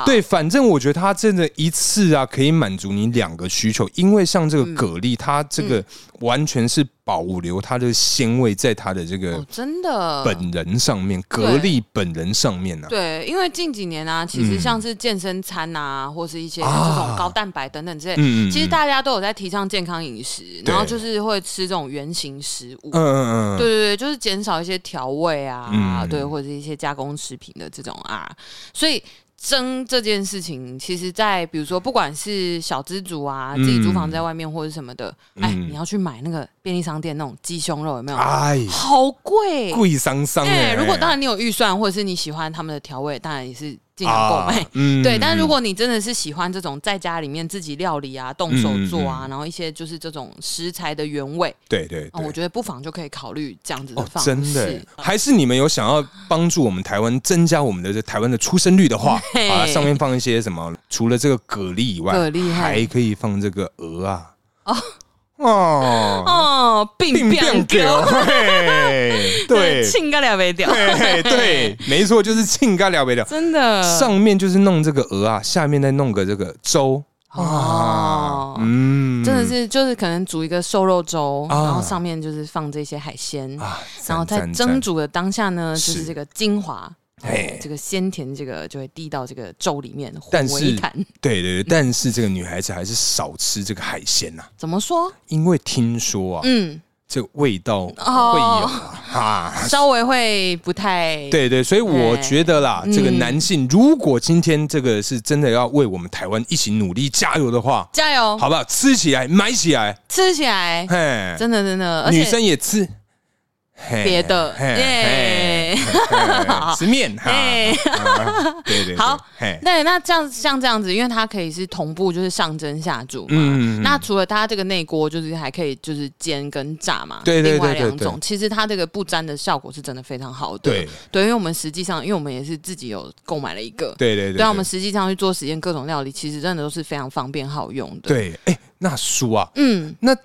A: 对，反正我觉得它真的一次啊，可以满足你两个需求，因为像这个蛤蜊，它这
B: 嗯
A: 个完全是保留它的鲜味在它的这个
B: 哦，真的。
A: 本啊人上面，蛤蜊本人上面呢、啊。
B: 对，因为近几年啊，其实
A: 嗯
B: 像是健身餐啊，或是一些这种高蛋白等等之类，
A: 啊嗯嗯嗯
B: 其实大家都有在提倡健康饮食，
A: 对
B: 然后就是会吃这种原型食物。
A: 嗯嗯嗯，
B: 对对对，就是减少一些调味啊，
A: 嗯
B: 对，或者是一些加工食品的这种啊，所以。蒸这件事情，其实在比如说，不管是小资族啊，自己租房在外面或者什么的，哎、
A: 嗯
B: 你要去买那个便利商店那种鸡胸肉，有没有？
A: 哎，
B: 好贵！
A: 贵桑桑
B: 哎、
A: 哎。
B: 如果当然你有预算，或者是你喜欢他们的调味，当然也是尽量购买。
A: 啊嗯
B: 哎对，但如果你真的是喜欢这种在家里面自己料理啊、动
A: 嗯
B: 手做啊，然后一些就是这种食材的原味，
A: 对对
B: 啊，
A: 对
B: 我。觉得不妨就可以考虑这样子的
A: 哦，
B: 方式。嗯
A: 真的欸，还是你们有想要帮助我们台湾增加我们的这台湾的出生率的话，
B: 嘿
A: 啊，上面放一些什么？除了这个蛤蜊以外，
B: 蛤蜊嘿
A: 还可以放这个鹅啊，哦
B: 哦，病变
A: 狗，
B: 狗，
A: 嘿对
B: 庆个两杯掉，
A: 嘿对，没错，就是庆干聊不聊，
B: 真的
A: 上面就是弄这个鹅啊，下面再弄个这个粥啊
B: 哦，
A: 嗯
B: 真的是就是可能煮一个瘦肉粥，
A: 啊
B: 然后上面就是放这些海鲜。
A: 啊，
B: 然后在
A: 赞
B: 蒸，
A: 赞
B: 煮的当下呢，就是是这个精华，
A: 赞嘿，
B: 这个鲜甜，这个就会滴到这个粥里面
A: 但
B: 混为
A: 是
B: 一谈。
A: 对对对，但是这个女孩子还是少吃这个海鲜呐。啊
B: 怎么说？
A: 因为听说啊，
B: 嗯，
A: 这个味道会有
B: 哦
A: 啊。啊
B: 稍微会不太，
A: 对对，所以我觉得啦，
B: 嗯
A: 这个男性如果今天这个是真的要为我们台湾一起努力加油的话，
B: 加油，
A: 好不好？吃起来，买起来，
B: 吃 起来
A: 嘿，
B: 哦真的真的，而
A: 女
B: 且
A: 生也吃，嘿
B: 别的
A: 嘿
B: 耶。
A: 嘿 吃面哈，
B: 哎
A: 啊 对对，对
B: 好，
A: 嘿，
B: 对，那这样像这样子，因为它可以是同步，就是上蒸下煮嘛。
A: 嗯
B: 那除了它这个内锅，就是还可以就是煎跟炸嘛，
A: 对对
B: 另外
A: 对对
B: 两
A: 对
B: 种，其实它这个不粘的效果是真的非常好的。
A: 对
B: 因为我们实际上，因为我们也是自己有购买了一个，
A: 对对对，
B: 对啊，我们实际上去做实验各种料理，其实真的都是非常方便好用的。，
A: 对，哎，那叔啊，
B: 嗯，
A: 那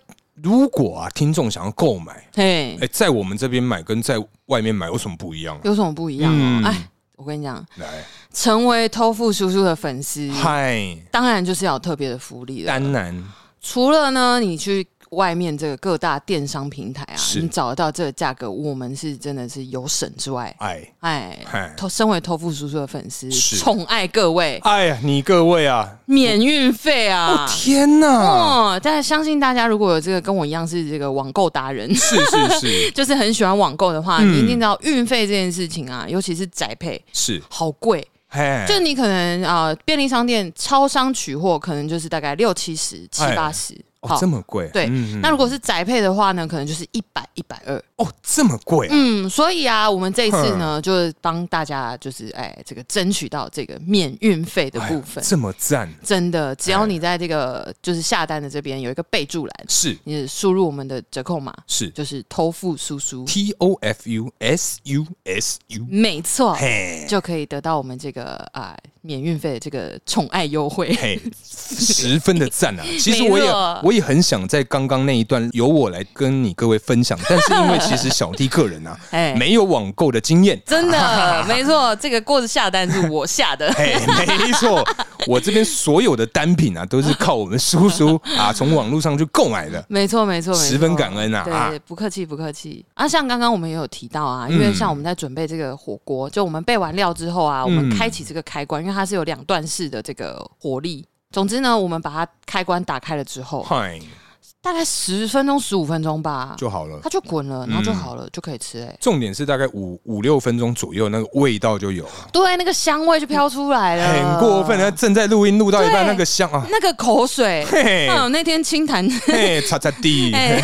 A: 如果啊，听众想要购买，
B: 嘿，
A: 哎，在我们这边买跟在外面买有什么不一样啊？
B: 有什么不一样哦
A: 嗯？
B: 哎、我跟你讲，
A: 来，
B: 成为偷富叔叔的粉丝，
A: 嗨，
B: 当然就是要有特别的福利了。
A: 丹南，
B: 除了呢，你去外面这个各大电商平台啊，
A: 是
B: 你找得到这个价格，我们是真的是有省之外，
A: 哎，
B: 哎，
A: 嗨，
B: 偷身为偷富叔叔的粉丝，
A: 是
B: 宠爱各位，
A: 哎呀，你各位啊，
B: 免运费啊！
A: 天啊哪，
B: 哦，但相信大家如果有这个跟我一样是这个网购达人，
A: 是是是
B: 就是很喜欢网购的话，
A: 嗯
B: 你一定知道运费这件事情啊，尤其是宅配，
A: 是，
B: 好贵。
A: 嘿，
B: 就你可能啊、呃便利商店、超商取货可能就是大概六七十、七
A: 哎
B: 八十，
A: 哦这么贵，
B: 对
A: 嗯
B: 那如果是宅配的话呢，可能就是一百、一百二。
A: 哦这么贵啊，
B: 嗯，所以啊，我们这一次呢，就是帮大家就是哎，这个争取到这个免运费的
A: 哎
B: 部分。
A: 这么赞，
B: 真的，只要你在这个就是下单的这边有一个备注栏，
A: 是
B: 你输入我们的折扣码，
A: 是
B: 就是偷富叔叔，
A: T O F U S U S U，
B: 没错，
A: 嘿，
B: 就可以得到我们这个啊、免运费的这个宠爱优惠。
A: 嘿，十分的赞 啊！其实我
B: 没
A: 也
B: 错，
A: 我也很想在刚刚那一段由我来跟你各位分享，但是因为其实小弟个人啊
B: 哎
A: 没有网购的经验。。
B: 真的，没错，这个锅子下单是我下的
A: 嘿，没错，我这边所有的单品啊，都是靠我们叔 叔啊从网络上去购买的。
B: 没错，没错，没错
A: 十分感恩啊啊
B: 对，不客气，不客气。啊，像刚刚我们也有提到啊，因为
A: 嗯
B: 像我们在准备这个火锅，就我们备完料之后啊，我们
A: 嗯
B: 开启这个开关，因为它是有两段式的这个火力。总之呢，我们把它开关打开了之后，
A: 嗨，
B: 大概十分钟、十五分钟吧，
A: 就嗯好了
B: 它。就滚了，然后就好了，就可以吃、欸。
A: 重点是大概五五六分钟左右，那个味道就有了，
B: 对，那个香味就飘出来了，
A: 很过分。啊！正在录音录到一半，
B: 对
A: 那个香啊，
B: 那个口水，
A: 嘿
B: 嗯，那天清谈
A: 嘿，擦擦地，
B: 哎，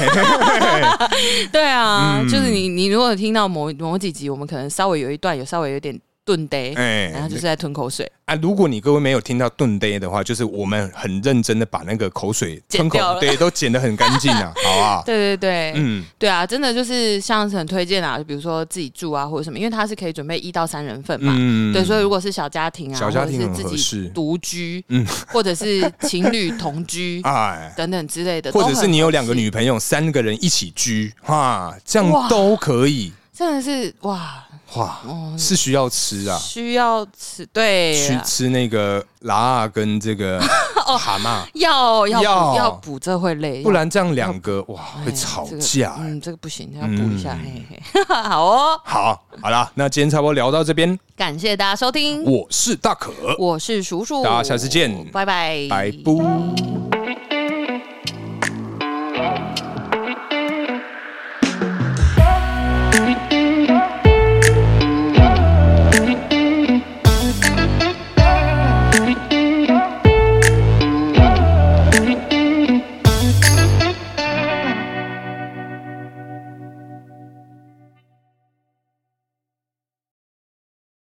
B: 对啊，
A: 嗯
B: 就是你，你如果听到某某几集，我们可能稍微有一段有稍微有点顿呆，
A: 哎，
B: 然后就是在吞口水，
A: 啊，如果你各位没有听到顿呆的话，就是我们很认真的把那个口水
B: 剪
A: 吞口
B: 掉了
A: 对，都剪得很干净啊，好不好？
B: 对对 对，
A: 嗯，
B: 对啊，真的就是像是很推荐啊，就比如说自己住啊或者什么，因为它是可以准备一到三人份嘛。
A: 嗯
B: 对，所以如果是小家庭啊，
A: 小家庭
B: 或
A: 很
B: 者
A: 合
B: 是自
A: 适
B: 己独居，
A: 嗯
B: 或者是情侣同居
A: 哎，
B: 等等之类的，
A: 或
B: 都
A: 者
B: 很
A: 是你有
B: 合
A: 两个
B: 适，
A: 女朋友，三个人一起居，哈，这
B: 哇
A: 样都可以，
B: 真的是哇，
A: 哇，
B: 哦，
A: 是需要吃啊，
B: 需要吃对
A: 去
B: 啊哦
A: 吃那个拉啊跟这 个蛤蟆，
B: 要要补
A: 要
B: 要补，这会累，
A: 不然这样两个哇
B: 哎
A: 会吵
B: 这个
A: 架。欸
B: 嗯，这个不行，要补一下。
A: 嗯
B: 嘿嘿， 好哦，
A: 好，好啦，那今天差不多聊到这边，
B: 感谢大家收听，
A: 我是大可，
B: 我是叔叔，
A: 大家下次见
B: 拜拜，
A: 拜拜。